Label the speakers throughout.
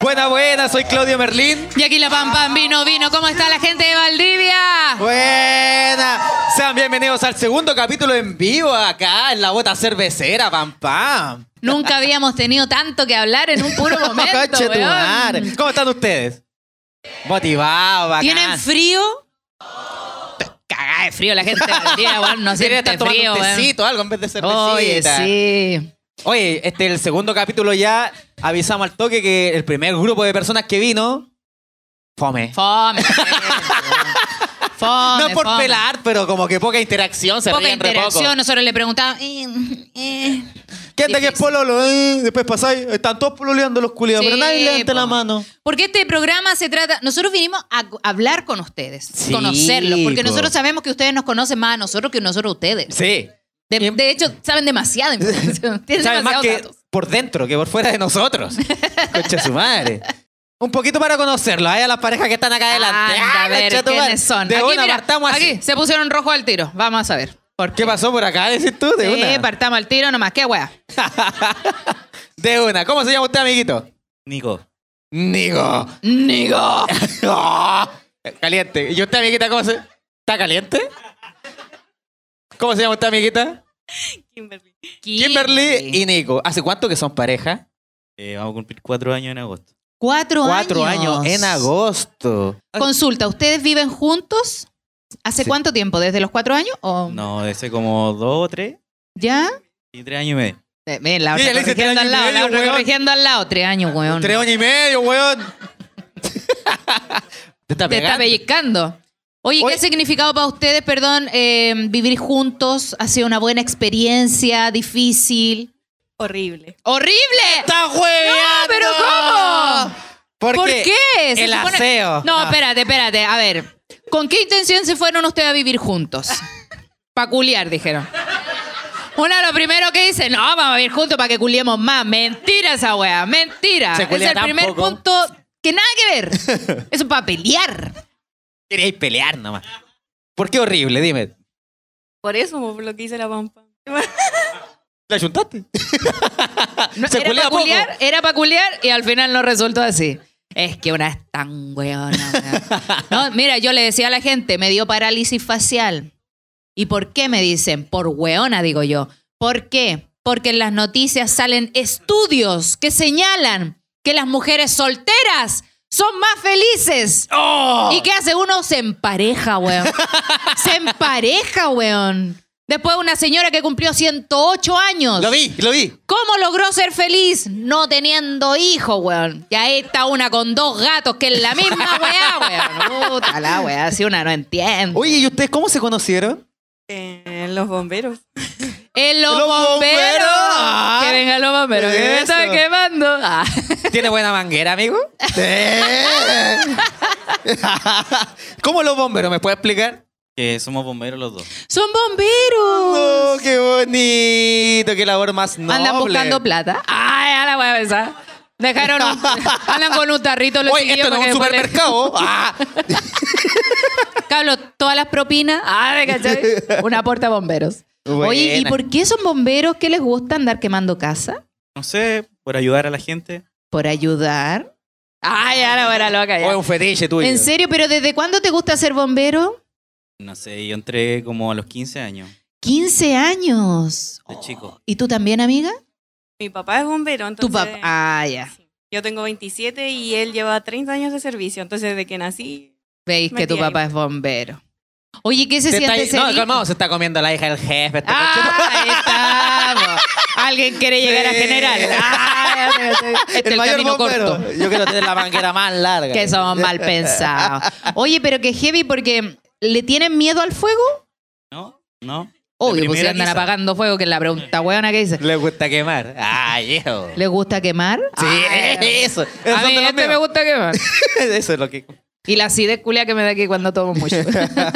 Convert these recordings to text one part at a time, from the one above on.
Speaker 1: Buena, buena, soy Claudio Merlín.
Speaker 2: Y aquí la pam pam vino, vino. ¿Cómo está la gente de Valdivia?
Speaker 1: Buena. Sean bienvenidos al segundo capítulo en vivo acá en la bota cervecera, pam pam.
Speaker 2: Nunca habíamos tenido tanto que hablar en un puro momento.
Speaker 1: Conche tu
Speaker 2: weón.
Speaker 1: madre. ¿Cómo están ustedes? Motivados, bacán.
Speaker 2: ¿Tienen frío? Cagada de frío la gente de Valdivia, weón. No
Speaker 1: Deberían estar
Speaker 2: siente
Speaker 1: tomando
Speaker 2: frío,
Speaker 1: un
Speaker 2: weón.
Speaker 1: tecito, algo en vez de cervecita.
Speaker 2: Oye, sí.
Speaker 1: Oye, este el segundo capítulo ya. Avisamos al toque que el primer grupo de personas que vino. Fome.
Speaker 2: Fome. sí, weón. Fome,
Speaker 1: no por
Speaker 2: fome.
Speaker 1: pelar, pero como que poca interacción, se
Speaker 2: Poca
Speaker 1: ríen re poco.
Speaker 2: interacción. Nosotros le preguntábamos. eh, eh.
Speaker 1: ¿Qué anda que es
Speaker 2: Difícil.
Speaker 1: pololo? eh? Después pasáis, están todos pololeando los culiados, pero
Speaker 2: Sí,
Speaker 1: nadie levanta la
Speaker 2: po.
Speaker 1: mano.
Speaker 2: Porque este programa se trata. Nosotros vinimos a co- hablar con ustedes,
Speaker 1: Sí,
Speaker 2: conocerlos, porque
Speaker 1: po.
Speaker 2: nosotros sabemos que ustedes nos conocen más a nosotros que nosotros a ustedes.
Speaker 1: Sí.
Speaker 2: De, de hecho, saben demasiada información.
Speaker 1: Em,
Speaker 2: Tienen
Speaker 1: Saben más
Speaker 2: demasiados
Speaker 1: que
Speaker 2: datos.
Speaker 1: por dentro que por fuera de nosotros. Concha su madre. Un poquito para conocerlos, ahí a las parejas que están acá adelante.
Speaker 2: Anda,
Speaker 1: Ah,
Speaker 2: a ver
Speaker 1: concha tu madre.
Speaker 2: quiénes son.
Speaker 1: De
Speaker 2: aquí,
Speaker 1: una
Speaker 2: mira,
Speaker 1: partamos así.
Speaker 2: aquí se pusieron rojo al tiro. Vamos a ver. ¿Por
Speaker 1: ¿Qué pasó por acá, decís tú? De
Speaker 2: Sí,
Speaker 1: una.
Speaker 2: partamos al tiro nomás. Qué wea.
Speaker 1: De una. ¿Cómo se llama usted, amiguito?
Speaker 3: Nico.
Speaker 1: Nigo.
Speaker 2: Nigo.
Speaker 1: Oh, caliente. ¿Y usted, amiguita, cómo se...? ¿Está caliente? ¿Cómo se llama usted, amiguita? Kimberly y Nico. ¿Hace cuánto que son pareja?
Speaker 3: Eh, vamos a cumplir cuatro años en agosto.
Speaker 2: Cuatro,
Speaker 1: Cuatro años en agosto.
Speaker 2: Consulta, ¿ustedes viven juntos? ¿Hace
Speaker 1: Sí.
Speaker 2: cuánto tiempo? ¿Desde los cuatro años? ¿O
Speaker 3: No, ese como dos o tres.
Speaker 2: ya?
Speaker 3: Y tres años y medio.
Speaker 2: Eh, Ven, la
Speaker 1: Sí,
Speaker 2: otra
Speaker 1: ella le dice tres
Speaker 2: corrigiendo
Speaker 1: años
Speaker 2: al
Speaker 1: y
Speaker 2: lado, la
Speaker 1: medio,
Speaker 2: otra
Speaker 1: weón.
Speaker 2: corrigiendo al lado. Tres años, weón.
Speaker 1: Tres años y medio, weón. Te está
Speaker 2: Te está
Speaker 1: pegando.
Speaker 2: pellizcando. Oye, ¿qué
Speaker 1: Oye-
Speaker 2: ha significado para ustedes, perdón, eh, vivir juntos? ¿Ha sido una buena experiencia? ¿Difícil?
Speaker 4: Horrible.
Speaker 2: ¡Horrible!
Speaker 1: ¡Está hueveando!
Speaker 2: pero ¿cómo?
Speaker 1: ¿Por,
Speaker 2: ¿Por
Speaker 1: qué?
Speaker 2: qué? Se
Speaker 1: El
Speaker 2: supone-
Speaker 1: aseo.
Speaker 2: No,
Speaker 1: Ah.
Speaker 2: espérate, espérate. A ver, ¿con qué intención se fueron ustedes a vivir juntos? Pa' culiar, dijeron. Uno de lo primero que dice, no, vamos a vivir juntos para que culiemos más. Mentira esa wea, mentira.
Speaker 1: Se
Speaker 2: Es
Speaker 1: culea
Speaker 2: el
Speaker 1: tan
Speaker 2: primer
Speaker 1: poco.
Speaker 2: punto que nada que ver. Eso es para pelear.
Speaker 1: Queríais pelear nomás. ¿Por qué horrible? Dime.
Speaker 4: Por eso, por lo que hice la pampa.
Speaker 1: ¿La chuntaste?
Speaker 2: No,
Speaker 1: Se
Speaker 2: era
Speaker 1: culea
Speaker 2: para
Speaker 1: poco.
Speaker 2: culiar, era para culiar y al final no resultó así. Es que una es tan weona. weón. No, mira, yo le decía a la gente, me dio parálisis facial. ¿Y por qué me dicen? Por weona, digo yo. ¿Por qué? Porque en las noticias salen estudios que señalan que las mujeres solteras son más felices.
Speaker 1: ¡Oh!
Speaker 2: ¿Y qué hace uno? Se empareja, weón. Se empareja, weón. Después una señora que cumplió 108 años.
Speaker 1: Lo vi, lo vi.
Speaker 2: ¿Cómo logró ser feliz no teniendo hijos, weón? Y ahí está una con dos gatos, que es la misma weá, weón. Puta la weá, si una no entiende.
Speaker 1: Oye, ¿y ustedes cómo se conocieron?
Speaker 4: Eh, los bomberos.
Speaker 2: el
Speaker 1: los
Speaker 2: los
Speaker 1: bomberos.
Speaker 2: bomberos.
Speaker 1: Ah,
Speaker 2: Que venga los bomberos, que me
Speaker 1: eso.
Speaker 2: está quemando. Ah.
Speaker 1: ¿Tiene buena manguera, amigo? ¿Cómo los bomberos? ¿Me puede explicar?
Speaker 3: Que somos bomberos los dos.
Speaker 2: Son bomberos.
Speaker 1: Oh, qué bonito, qué labor más noble.
Speaker 2: Andan buscando plata. Ay, a la weá esa. Dejaron un, andan con un tarrito los
Speaker 1: Oye,
Speaker 2: chiquillos
Speaker 1: esto no
Speaker 2: para
Speaker 1: es un
Speaker 2: que después le-
Speaker 1: supermercado. Ah,
Speaker 2: Cablo, todas las propinas. Ah, ¿me cachai? Una puerta a bomberos. Oye, ¿y
Speaker 1: Buena.
Speaker 2: por qué son bomberos? ¿Qué les gusta andar quemando casa?
Speaker 3: No sé, por ayudar a la gente.
Speaker 2: ¿Por ayudar? Ay, ya la buena loca.
Speaker 1: O es
Speaker 2: ya.
Speaker 1: un fetiche tuyo.
Speaker 2: ¿En serio? ¿Pero desde cuándo te gusta ser bombero?
Speaker 3: No sé, yo entré como a los 15 años
Speaker 2: 15 años.
Speaker 3: de chico.
Speaker 2: ¿Y tú también, amiga?
Speaker 4: Mi papá es bombero, entonces.
Speaker 2: tu papá. Ah, ya.
Speaker 4: Sí. Yo tengo 27 y él lleva 30 años de servicio. Entonces, desde que nací.
Speaker 2: Veis que
Speaker 4: Metí
Speaker 2: tu
Speaker 4: ahí.
Speaker 2: papá es bombero. Oye, ¿qué se,
Speaker 1: Se está-
Speaker 2: siente ser
Speaker 1: no,
Speaker 2: hijo?
Speaker 1: calmado, se está comiendo la hija del jefe. este
Speaker 2: Ah, ahí estamos. Alguien quiere llegar a
Speaker 1: Sí.
Speaker 2: general. Ah, ya sé, ya sé. este es el camino corto.
Speaker 1: Yo quiero tener la manguera más larga.
Speaker 2: Que son mal pensados. Oye, pero que heavy porque le tienen miedo al fuego.
Speaker 3: ¿No? ¿No?
Speaker 2: Obvio, pues si
Speaker 3: primera
Speaker 2: andan
Speaker 3: quizá.
Speaker 2: apagando fuego, que es la pregunta huevona que dice.
Speaker 1: Le gusta quemar. Ah, viejo.
Speaker 2: ¿Les gusta quemar?
Speaker 1: Sí,
Speaker 2: Ay,
Speaker 1: eso. Esos
Speaker 2: a
Speaker 1: son
Speaker 2: mí
Speaker 1: de los
Speaker 2: este me
Speaker 1: míos.
Speaker 2: gusta quemar.
Speaker 1: Eso es lo que.
Speaker 2: Y la acidez culia que me da aquí cuando tomo mucho.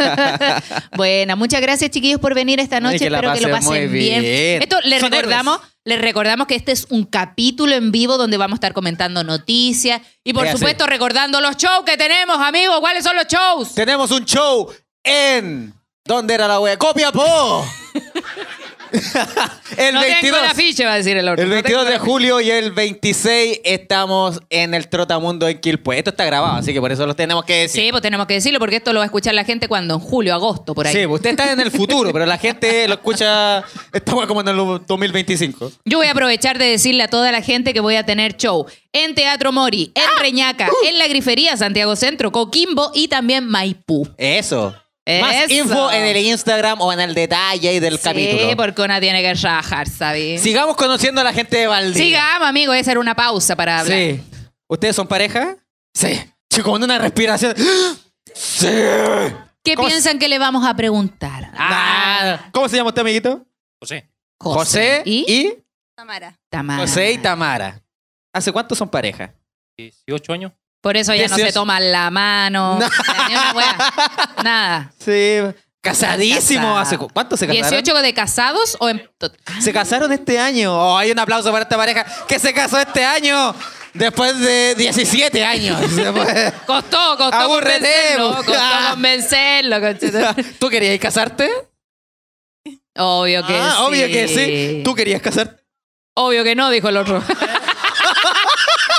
Speaker 2: Buena, muchas gracias chiquillos por venir esta
Speaker 1: Ay,
Speaker 2: noche.
Speaker 1: que la
Speaker 2: Espero que lo
Speaker 1: pasen muy
Speaker 2: pasen bien.
Speaker 1: bien.
Speaker 2: Esto les
Speaker 1: Son
Speaker 2: recordamos, les recordamos que este es un capítulo en vivo donde vamos a estar comentando noticias y por
Speaker 1: Véase.
Speaker 2: supuesto recordando los shows que tenemos, amigos. ¿Cuáles son los shows?
Speaker 1: Tenemos un show en. ¿Dónde era la wea? ¡Copiapó! El
Speaker 2: no tengo
Speaker 1: 22.
Speaker 2: el afiche, va a decir el otro.
Speaker 1: El
Speaker 2: No
Speaker 1: 22
Speaker 2: tengo
Speaker 1: de
Speaker 2: el
Speaker 1: julio y el 26 estamos en el Trotamundo en Quilpue. Esto está grabado, así que por eso lo tenemos que
Speaker 2: afiche. Sí,
Speaker 1: decir.
Speaker 2: pues tenemos que decirlo porque esto lo va a escuchar la gente cuando en julio, agosto, por ahí.
Speaker 1: Sí, usted está en el futuro, pero la gente lo escucha. Estamos como en el 2025.
Speaker 2: Yo voy a aprovechar de decirle a toda la gente que voy a tener show en Teatro Mori,
Speaker 1: Ah.
Speaker 2: en Reñaca,
Speaker 1: Uh.
Speaker 2: en La Grifería, Santiago Centro, Coquimbo y también Maipú.
Speaker 1: Eso. Más
Speaker 2: Eso.
Speaker 1: info en el Instagram o en el detalle del
Speaker 2: Sí,
Speaker 1: capítulo.
Speaker 2: porque una tiene que rajar, ¿sabes?
Speaker 1: Sigamos conociendo a la gente de Valdivia.
Speaker 2: Sigamos, amigo, esa era una pausa para hablar.
Speaker 1: Sí. ¿Ustedes son pareja? Sí. Chico, con una respiración. Sí.
Speaker 2: ¿Qué
Speaker 1: ¿Cómo
Speaker 2: piensan que le vamos a preguntar? Ah.
Speaker 1: Nada. ¿Cómo se llama usted, amiguito?
Speaker 3: José.
Speaker 1: Ah, José,
Speaker 2: y,
Speaker 1: y
Speaker 4: Tamara.
Speaker 2: Tamara.
Speaker 1: José y Tamara. ¿Hace cuánto son pareja?
Speaker 3: 18 años.
Speaker 2: Por eso ya no se
Speaker 1: Deseos-
Speaker 2: toman la mano. ni una wea. Nada.
Speaker 1: Sí. Casadísimo.
Speaker 2: Casada.
Speaker 1: ¿Hace cu- cuánto se casaron?
Speaker 2: 18 de casados o en... to-
Speaker 1: Se casaron este año. Oh, hay un aplauso para esta pareja que se casó este año. Después de 17 años. Después-
Speaker 2: Costó, costó
Speaker 1: Aburrete, Ah.
Speaker 2: convencerlo.
Speaker 1: po.
Speaker 2: Costó convencerlo. conchetumare.
Speaker 1: ¿Tú querías casarte?
Speaker 2: Obvio que
Speaker 1: Ah,
Speaker 2: sí.
Speaker 1: obvio que sí. ¿Tú querías casarte?
Speaker 2: Obvio que no, dijo el otro.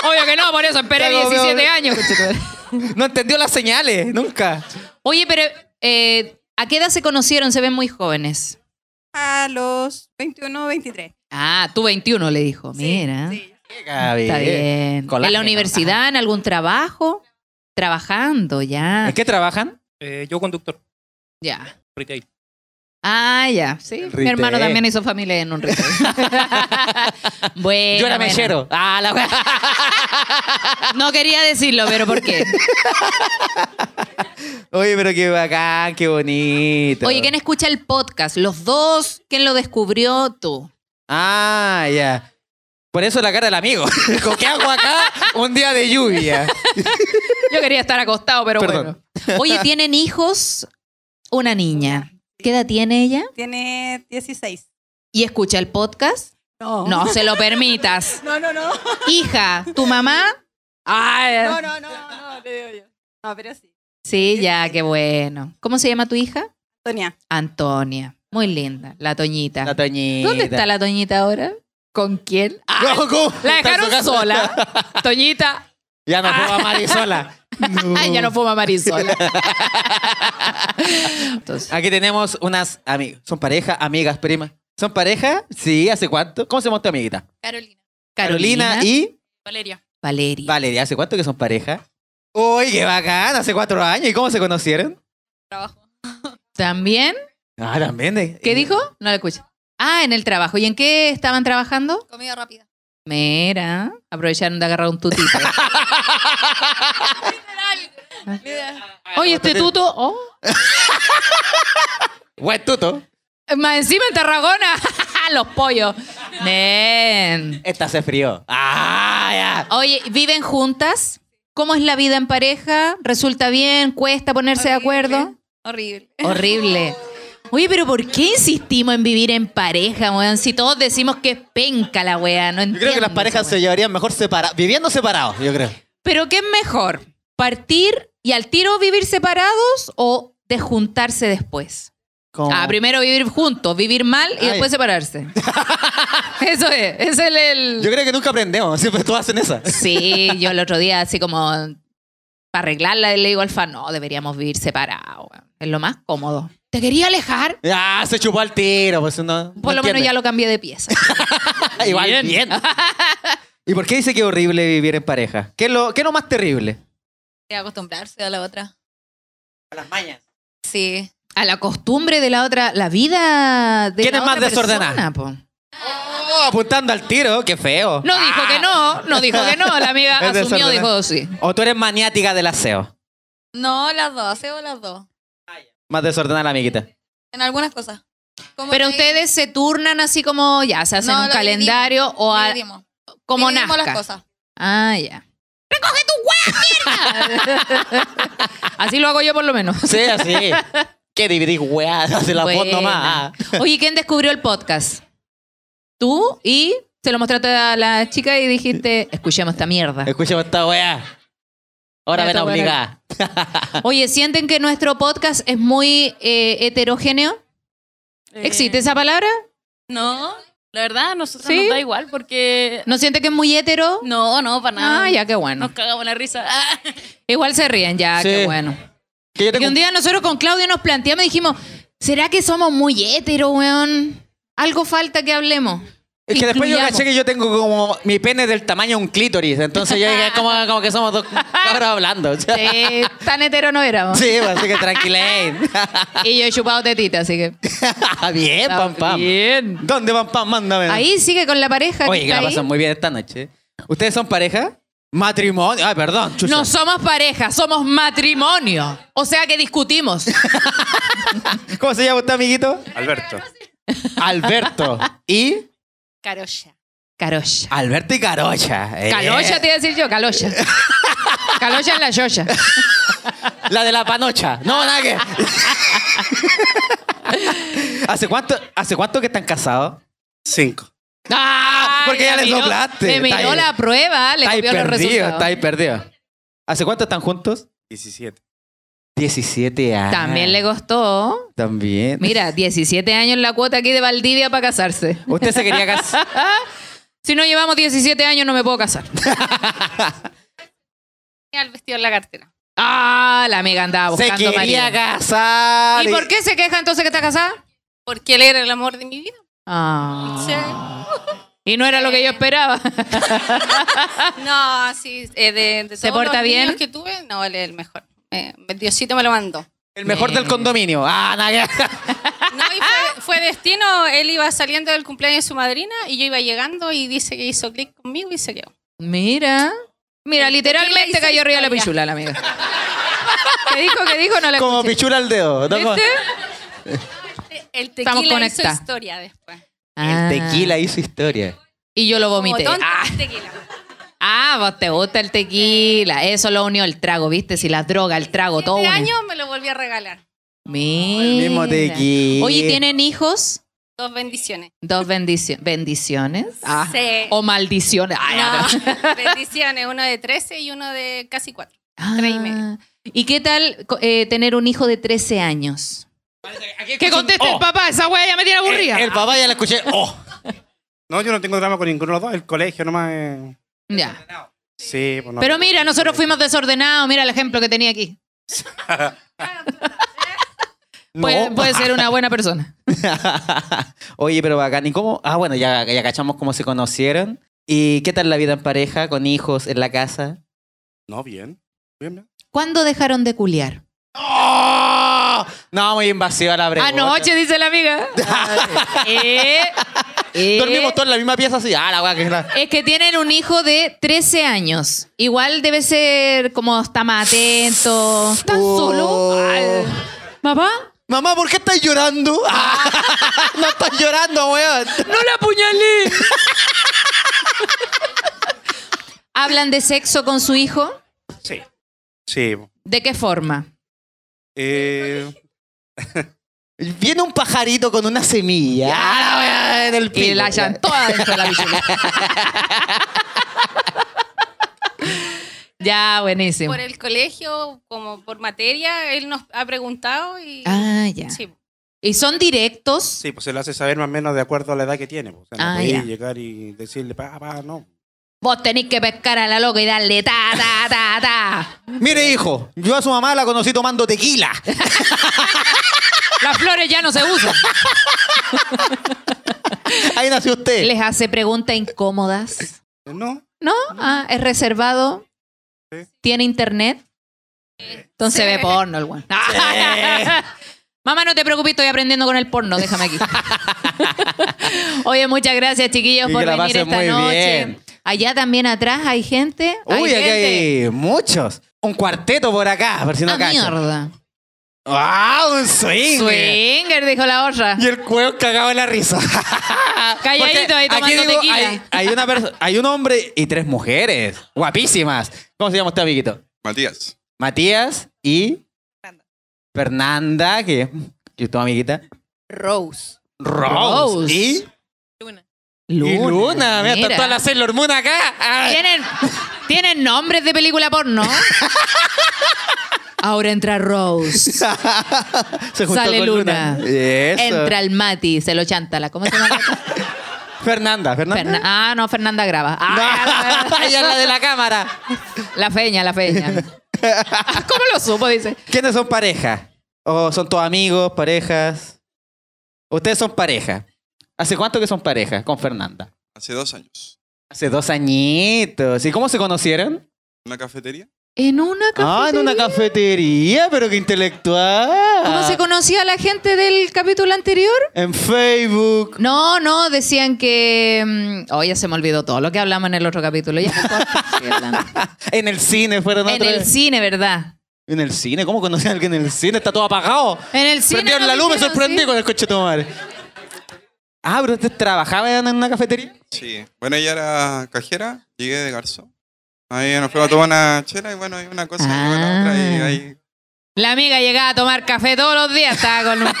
Speaker 2: Obvio que no, por eso esperé
Speaker 1: Claro, obvio,
Speaker 2: 17
Speaker 1: obvio.
Speaker 2: años. conchetumare.
Speaker 1: No entendió las señales, nunca.
Speaker 2: Oye, pero eh, ¿a qué edad se conocieron? Se ven muy jóvenes.
Speaker 4: A los 21, 23.
Speaker 2: Ah, tú 21 le dijo.
Speaker 4: Sí,
Speaker 2: Mira.
Speaker 4: sí.
Speaker 2: Está bien. ¿En la
Speaker 1: Colágeno.
Speaker 2: universidad, en algún trabajo? Trabajando, ya.
Speaker 1: ¿En qué trabajan?
Speaker 3: yo conductor.
Speaker 2: Ya.
Speaker 3: Retail.
Speaker 2: Ah, ya. Sí. Mi
Speaker 1: retail.
Speaker 2: hermano también hizo familia en un retail. bueno.
Speaker 1: Yo era
Speaker 2: bueno.
Speaker 1: mechero. Ah, la wea.
Speaker 2: No quería decirlo, pero ¿por qué?
Speaker 1: Oye, pero qué bacán, qué bonito.
Speaker 2: Oye, ¿quién escucha el podcast? Los dos, ¿quién lo descubrió? Tú.
Speaker 1: Ah, ya. Por eso la cara del amigo. ¿Con qué hago acá un día de lluvia?
Speaker 2: Yo quería estar acostado, pero
Speaker 1: Perdón.
Speaker 2: bueno. Oye, ¿tienen hijos? Una niña. ¿Qué edad tiene ella?
Speaker 4: Tiene 16.
Speaker 2: ¿Y escucha el podcast?
Speaker 1: Oh.
Speaker 4: No.
Speaker 2: No se lo permitas.
Speaker 4: No, no, no.
Speaker 2: Hija, ¿tu mamá? Ay.
Speaker 4: No, no, no, no, le digo yo. No, pero sí.
Speaker 2: Sí, ya, qué bueno. ¿Cómo se llama tu hija?
Speaker 4: Antonia.
Speaker 2: Antonia. Muy linda, la Toñita.
Speaker 1: La Toñita.
Speaker 2: ¿Dónde está la Toñita ahora? ¿Con quién? Ah,
Speaker 1: No, ¿cómo? Está
Speaker 2: la
Speaker 1: en su
Speaker 2: dejaron
Speaker 1: casa.
Speaker 2: sola. Ah. Toñita.
Speaker 1: Ya no fue a Marisola.
Speaker 2: Ay, ya no fuma Marisol. Entonces,
Speaker 1: Aquí tenemos unas amigas. ¿Son pareja? Amigas, primas. ¿Son pareja? Sí, ¿hace cuánto? ¿Cómo se llama tu amiguita?
Speaker 4: Carolina.
Speaker 2: Carolina, y
Speaker 1: y
Speaker 4: Valeria.
Speaker 2: Valeria.
Speaker 1: Valeria. ¿Hace cuánto que son pareja? Uy, qué bacán, hace cuatro años. ¿Y cómo se conocieron?
Speaker 4: Trabajo.
Speaker 2: ¿También?
Speaker 1: Ah, también. eh.
Speaker 2: ¿Qué dijo? No la escuché. Ah, en el trabajo. ¿Y en qué estaban trabajando?
Speaker 4: Comida rápida.
Speaker 2: Mira, aprovecharon de agarrar un tutito. Oye, este tuto. oh,
Speaker 1: Buen tuto.
Speaker 2: Más encima en Tarragona. Los pollos. Nen.
Speaker 1: Esta se frió. Ah,
Speaker 2: Oye, ¿viven juntas? ¿Cómo es la vida en pareja? ¿Resulta bien? ¿Cuesta ponerse de acuerdo?
Speaker 4: Horrible.
Speaker 2: Horrible. Oye, pero ¿por qué insistimos en vivir en pareja, weón? Si todos decimos que es penca la weá, no
Speaker 1: Yo
Speaker 2: entiendo.
Speaker 1: creo que las
Speaker 2: esa
Speaker 1: parejas
Speaker 2: weá.
Speaker 1: se llevarían mejor separadas, viviendo separados, yo creo.
Speaker 2: ¿Pero qué es mejor? ¿Partir y al tiro vivir separados o desjuntarse después?
Speaker 1: Como-
Speaker 2: Ah, primero vivir juntos, vivir mal y
Speaker 1: Ay.
Speaker 2: después separarse. Eso es, es el... el-
Speaker 1: Yo creo que nunca aprendemos, siempre todos hacen esa.
Speaker 2: Sí, yo el otro día así como para arreglarla le digo al fan, no, deberíamos vivir separados. weón. Es lo más cómodo. ¿Te quería alejar?
Speaker 1: Ah, se chupó al tiro, pues no. no
Speaker 2: Por lo menos
Speaker 1: entiende.
Speaker 2: ya lo cambié de pieza.
Speaker 1: Igual bien. ¿Y por qué dice que es horrible vivir en pareja? ¿Qué es lo, qué es lo más terrible?
Speaker 4: De acostumbrarse a la otra.
Speaker 1: A las mañas.
Speaker 4: Sí.
Speaker 2: A la costumbre de la otra, la vida de
Speaker 1: ¿Quién
Speaker 2: la
Speaker 1: es más
Speaker 2: otra
Speaker 1: desordenada?
Speaker 2: persona, po.
Speaker 1: Oh, apuntando al tiro, qué feo.
Speaker 2: No dijo que no, no dijo que no. La amiga
Speaker 1: Es
Speaker 2: asumió,
Speaker 1: desordenada.
Speaker 2: dijo sí.
Speaker 1: O tú eres maniática del aseo.
Speaker 4: No, las dos. Hacemos las dos.
Speaker 1: Más desordenada la amiguita.
Speaker 4: En algunas cosas. Como
Speaker 2: Pero
Speaker 4: que
Speaker 2: ustedes se turnan así como ya, se hacen
Speaker 4: No,
Speaker 2: un
Speaker 4: lo
Speaker 2: calendario o a-
Speaker 4: dividimos.
Speaker 2: como
Speaker 4: Dividimos
Speaker 2: nazca.
Speaker 4: las cosas.
Speaker 2: Ah, ya. ¡Recoge tu hueá, mierda! así lo hago yo por lo menos.
Speaker 1: Sí, así. ¿Qué dividís, weá? Se la
Speaker 2: Buena.
Speaker 1: pongo más.
Speaker 2: Oye, ¿quién descubrió el podcast? Tú y se lo mostraste a la chica y dijiste, escuchemos esta mierda.
Speaker 1: Escuchemos esta weá. Ahora
Speaker 2: Ya
Speaker 1: ven
Speaker 2: está
Speaker 1: a
Speaker 2: buena.
Speaker 1: obligar.
Speaker 2: Oye, ¿sienten que
Speaker 5: Eh.
Speaker 2: nuestro podcast es muy eh, heterogéneo? ¿Existe eh, esa palabra?
Speaker 5: No, la verdad, a nosotros
Speaker 2: ¿Sí?
Speaker 5: nos da igual porque.
Speaker 2: ¿No siente que es muy hétero?
Speaker 5: No, no, para nada.
Speaker 2: Ah, ya, qué bueno.
Speaker 5: Nos cagamos la risa.
Speaker 2: Igual se ríen, ya,
Speaker 1: Sí.
Speaker 2: qué bueno.
Speaker 1: Que yo
Speaker 2: Que
Speaker 1: tengo
Speaker 2: un día nosotros con Claudio nos planteamos y dijimos, ¿será que somos muy hétero, weón? Algo falta que hablemos.
Speaker 1: Es que después yo
Speaker 2: Incluyamos.
Speaker 1: caché que yo tengo como mi pene es del tamaño de un clítoris, entonces yo dije como, como que somos dos cabros hablando. o sea.
Speaker 2: Sí, tan hetero no éramos.
Speaker 1: Sí, pues, así que tranquilen.
Speaker 2: Y yo he chupado tetita, así que...
Speaker 1: bien, pam, pam.
Speaker 2: Bien.
Speaker 1: ¿Dónde, pam, pam? Mándame.
Speaker 2: Ahí sigue con la pareja. que
Speaker 1: Oye, que
Speaker 2: está
Speaker 1: la
Speaker 2: ahí.
Speaker 1: pasan muy bien esta noche. ¿Ustedes son pareja? Matrimonio. Ay, perdón, chucha.
Speaker 2: No somos pareja, somos matrimonio. O sea que discutimos.
Speaker 1: ¿Cómo se llama usted, amiguito?
Speaker 3: Alberto.
Speaker 1: Alberto. ¿Y?
Speaker 5: Carolla.
Speaker 2: Carolla.
Speaker 1: Alberto y Carocha. Eh,
Speaker 2: Calocha te iba a decir yo, calocha. Calocha en la yoya.
Speaker 1: La de la panocha. No, nada que. ¿Hace cuánto, ¿Hace cuánto que están casados?
Speaker 6: Cinco.
Speaker 2: Ah,
Speaker 1: porque ya le soplaste.
Speaker 2: Me
Speaker 1: Está
Speaker 2: miró
Speaker 1: ahí.
Speaker 2: la prueba, le
Speaker 1: Está ahí
Speaker 2: copió los
Speaker 1: perdido, está
Speaker 2: resultados.
Speaker 1: ahí perdido. ¿Hace cuánto están juntos?
Speaker 6: 17.
Speaker 1: 17 años.
Speaker 2: También le costó.
Speaker 1: También.
Speaker 2: Mira, 17 años la cuota aquí de Valdivia para casarse.
Speaker 1: Usted se quería casar.
Speaker 2: Si no llevamos 17 años no me puedo casar.
Speaker 5: Tenía el vestido en la cartera.
Speaker 2: Ah, la amiga andaba
Speaker 1: se
Speaker 2: buscando
Speaker 1: quería
Speaker 2: marido.
Speaker 1: casar.
Speaker 2: ¿Y por qué se queja entonces que está casada?
Speaker 5: Porque él era el amor de mi vida.
Speaker 2: Ah.
Speaker 5: Sí.
Speaker 2: Y no era lo que yo esperaba.
Speaker 5: No, sí, eh, de, de
Speaker 2: ¿Se
Speaker 5: todos
Speaker 2: porta
Speaker 5: los niños
Speaker 2: bien?
Speaker 5: que tuve, no, él es el mejor. Eh, Diosito me lo mandó.
Speaker 1: El mejor del condominio. Ah, nada que-
Speaker 5: No, y fue, fue destino, él iba saliendo del cumpleaños de su madrina y yo iba llegando y dice que hizo clic conmigo y se quedó.
Speaker 2: Mira. Mira,
Speaker 5: Tequila
Speaker 2: literalmente
Speaker 5: hizo
Speaker 2: cayó arriba de la
Speaker 5: historia.
Speaker 2: pichula la amiga. ¿Qué dijo? ¿Qué dijo? No la
Speaker 1: Como
Speaker 2: escuché.
Speaker 1: pichura al dedo. ¿no?
Speaker 2: ¿Viste?
Speaker 5: El tequila
Speaker 2: Estamos
Speaker 5: hizo
Speaker 2: conectadas.
Speaker 5: historia después.
Speaker 2: Ah.
Speaker 1: El tequila hizo historia.
Speaker 2: Y yo lo
Speaker 5: Como
Speaker 2: vomité.
Speaker 5: tonto,
Speaker 2: Ah,
Speaker 5: tequila.
Speaker 2: ah, vos te gusta el tequila. Eso lo unió el trago, ¿viste? Si la droga, el trago, todo.
Speaker 5: Este
Speaker 2: une.
Speaker 5: año me lo volví a regalar.
Speaker 2: Mira.
Speaker 1: El mismo tequila.
Speaker 2: Oye, ¿tienen hijos?
Speaker 5: Dos bendiciones.
Speaker 2: Dos bendicio- bendiciones. Ah.
Speaker 5: Sí.
Speaker 2: O maldiciones. Ay,
Speaker 5: No,
Speaker 2: ah. ahora.
Speaker 5: bendiciones, uno de 13 y uno de casi 4.
Speaker 2: Ah.
Speaker 5: tres y medio.
Speaker 2: ¿Y qué tal co- eh, tener un hijo de 13 años? Que conteste el papá, esa wea ya me tiene aburrida.
Speaker 1: Pues, oh. El papá ya la escuché. Oh.
Speaker 6: No, yo no tengo drama con ninguno de los dos. El colegio nomás. eh,
Speaker 2: Ya.
Speaker 6: Sí, pues no.
Speaker 2: Pero mira, nosotros fuimos desordenados. Mira el ejemplo que tenía aquí. Puede,
Speaker 1: No.
Speaker 2: puede ser una buena persona.
Speaker 1: Oye, pero bacán. ¿Y cómo? Ah, bueno, ya, ya cachamos cómo se conocieron. ¿Y qué tal la vida en pareja, con hijos, en la casa?
Speaker 6: No, bien. Bien, bien.
Speaker 2: ¿Cuándo dejaron de culiar?
Speaker 1: ¡Oh! No, muy invasiva la pregunta.
Speaker 2: Anoche, dice la amiga. Eh, eh.
Speaker 1: Ah, Dormimos todos en la misma pieza así. Ah, la weá que es la...
Speaker 2: Es que tienen un hijo de 13 años. Igual debe ser como está más atento. ¿Estás
Speaker 1: Oh.
Speaker 2: solo? Ay. ¿Papá?
Speaker 1: Mamá, ¿por qué estás llorando? Ah, no estás llorando, weón.
Speaker 2: ¡No la apuñalé! ¿Hablan de sexo con su hijo?
Speaker 6: Sí. Sí. po.
Speaker 2: ¿De qué forma?
Speaker 6: Eh,
Speaker 1: Viene un pajarito con una semilla. Ah, la weá en el pico.
Speaker 2: Y la hallan toda dentro de la bichuela. ya, buenísimo.
Speaker 5: Por el colegio, como por materia, él nos ha preguntado y...
Speaker 2: Ah, ya.
Speaker 5: Sí.
Speaker 2: ¿Y son directos?
Speaker 6: sí, pues se lo hace saber más o menos de acuerdo a la edad que tiene. po. O sea, no
Speaker 2: Ah,
Speaker 6: podéis
Speaker 2: ya.
Speaker 6: llegar y decirle, pa, pa, no.
Speaker 2: Vos tenés que pescar a la loca y darle ta, ta, ta, ta.
Speaker 1: Mire, hijo, yo a su mamá la conocí tomando tequila.
Speaker 2: Las flores ya no se usan.
Speaker 1: Ahí nació usted.
Speaker 2: Les hace preguntas incómodas.
Speaker 7: Eh,
Speaker 6: No.
Speaker 2: ¿No? Ah, es reservado.
Speaker 6: Sí.
Speaker 2: Tiene internet. Entonces ve porno el weón. Mamá, no te preocupes, estoy aprendiendo con el porno. Déjame aquí. Oye, muchas gracias, chiquillos,
Speaker 1: Y
Speaker 2: por
Speaker 1: que la
Speaker 2: venir
Speaker 1: pasen
Speaker 2: esta
Speaker 1: muy
Speaker 2: noche.
Speaker 1: bien.
Speaker 2: Allá también atrás hay gente.
Speaker 1: Uy, aquí
Speaker 2: gente.
Speaker 1: hay muchos. Un cuarteto por acá, por si no
Speaker 2: Ah,
Speaker 1: cachan.
Speaker 2: mierda.
Speaker 1: ¡Ah, un swing!
Speaker 2: Swinger, dijo la otra. Ah,
Speaker 1: Y el cuero cagado en la risa.
Speaker 2: Calladito ahí
Speaker 1: Porque
Speaker 2: tomando tequila.
Speaker 1: Hay, hay una perso- hay un hombre y tres mujeres. Guapísimas. ¿Cómo se llama usted, amiguito?
Speaker 8: Matías.
Speaker 1: Matías y... Fernanda. que que es tu amiguita.
Speaker 5: Rose.
Speaker 1: Rose.
Speaker 2: Rose.
Speaker 1: Y...
Speaker 5: Luna.
Speaker 1: Luna. Y Luna. Mira, está
Speaker 2: mira.
Speaker 1: toda la Sailor Moon acá. Ay.
Speaker 2: ¿Tienen, tienen nombres de película porno. Ahora entra Rose.
Speaker 1: Se juntó
Speaker 2: Sale
Speaker 1: con
Speaker 2: Luna.
Speaker 1: Eso.
Speaker 2: Entra el Mati, se lo chanta. la- ¿Cómo se llama?
Speaker 1: Fernanda, Fernanda.
Speaker 2: Ferna- ah, no, Fernanda graba. Ah,
Speaker 1: No. Ella es la de la cámara.
Speaker 2: La feña, la feña. ¿Cómo lo supo? Dice.
Speaker 1: ¿Quiénes son pareja? ¿O son todos amigos, parejas? Ustedes son pareja. ¿Hace cuánto que son pareja con Fernanda?
Speaker 8: Hace dos años.
Speaker 1: Hace dos añitos. ¿Y cómo se conocieron?
Speaker 8: ¿Una cafetería?
Speaker 2: En una
Speaker 1: Ah, en una cafetería, pero qué intelectual.
Speaker 2: ¿Cómo se conocía la gente del capítulo anterior?
Speaker 1: En Facebook.
Speaker 2: No, no, decían que. mm, Oh, ya se me olvidó todo lo que hablamos en el otro capítulo. Ya no importa, estoy hablando.
Speaker 1: En el cine fueron
Speaker 2: en
Speaker 1: otra
Speaker 2: el
Speaker 1: vez.
Speaker 2: cine, ¿verdad?
Speaker 1: En el cine, ¿cómo conocí a alguien en el cine? Está todo apagado.
Speaker 2: En el cine.
Speaker 1: Prendieron
Speaker 2: nos
Speaker 1: la luz, me
Speaker 2: dijeron,
Speaker 1: sorprendí
Speaker 2: sí.
Speaker 1: con el coche de tu madre. Ah, pero ustedes trabajaban en una cafetería.
Speaker 8: Sí. Bueno, ella era cajera, llegué de garzón. Ahí nos fuimos a tomar una chela y bueno, y una cosa y luego la otra y
Speaker 2: Ah.
Speaker 8: ahí...
Speaker 2: La amiga llegaba a tomar café todos los días, estaba con, un-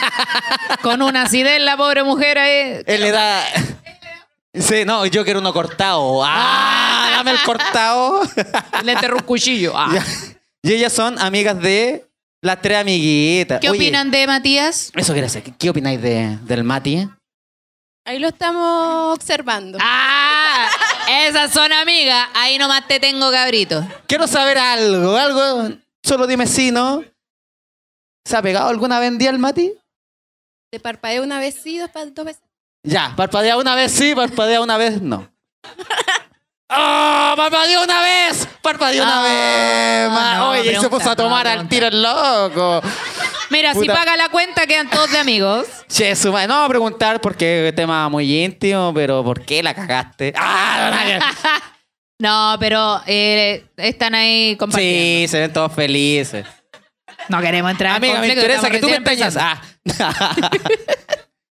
Speaker 2: con una acidez, la pobre mujer ahí.
Speaker 1: Él le da. Sí, no, yo quiero uno cortado. ¡Ah! Dame el cortado.
Speaker 2: Le enterró un cuchillo. Ah.
Speaker 1: y ellas son amigas de las tres amiguitas.
Speaker 2: ¿Qué
Speaker 1: Oye,
Speaker 2: opinan de Matías?
Speaker 1: Eso gracias. ¿Qué, qué opináis de, del Mati?
Speaker 9: Ahí lo estamos observando.
Speaker 2: Ah, esas son amigas. Ahí nomás te tengo, cabrito.
Speaker 1: Quiero saber algo, algo. Solo dime si, ¿no? ¿Se ha pegado alguna vez en día el Mati?
Speaker 9: Te parpadeé una vez sí, dos, pa- dos veces.
Speaker 1: Ya, parpadea una vez sí, parpadea una vez no. ¡Ah! ¡Parpadeó una vez! ¡Parpadeó una
Speaker 2: Ah,
Speaker 1: vez! ma-
Speaker 2: no,
Speaker 1: Oye, y se
Speaker 2: pregunta,
Speaker 1: puso a tomar
Speaker 2: no,
Speaker 1: al
Speaker 2: pregunta.
Speaker 1: tiro el loco.
Speaker 2: Mira, si
Speaker 1: Puta.
Speaker 2: paga la cuenta, quedan todos de amigos.
Speaker 1: Che, su madre. No vamos a preguntar porque es tema muy íntimo, pero ¿por qué la cagaste? ¡Ah! no, nadie-
Speaker 2: No, pero eh, están ahí compartiendo.
Speaker 1: Sí, se ven todos felices.
Speaker 2: No queremos entrar en
Speaker 1: Amiga, me
Speaker 2: conflicto,
Speaker 1: interesa que tú me
Speaker 2: estamos recién
Speaker 1: engañas. Ah.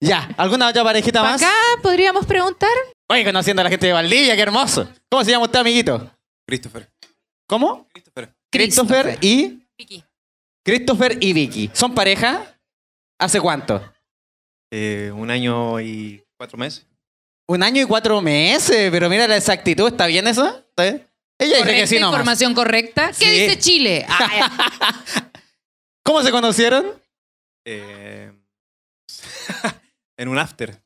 Speaker 1: ya, ¿alguna otra parejita más?
Speaker 2: empezando. Acá podríamos preguntar.
Speaker 1: Oye, conociendo a la gente de Valdivia, qué hermoso. ¿Cómo se llama usted, amiguito?
Speaker 8: Christopher.
Speaker 1: ¿Cómo?
Speaker 8: Christopher.
Speaker 1: Christopher y...
Speaker 4: Vicky.
Speaker 1: Christopher y Vicky. ¿Son pareja? ¿Hace cuánto?
Speaker 7: Eh, un año y cuatro meses.
Speaker 1: Un año y cuatro meses, pero mira la exactitud, ¿está bien eso? ¿Está bien? Ella dice que
Speaker 2: Correcta,
Speaker 1: sí nomás.
Speaker 2: información correcta. ¿Qué
Speaker 1: Sí.
Speaker 2: dice Chile? Ah,
Speaker 1: ¿Cómo se conocieron?
Speaker 7: Eh, en un after.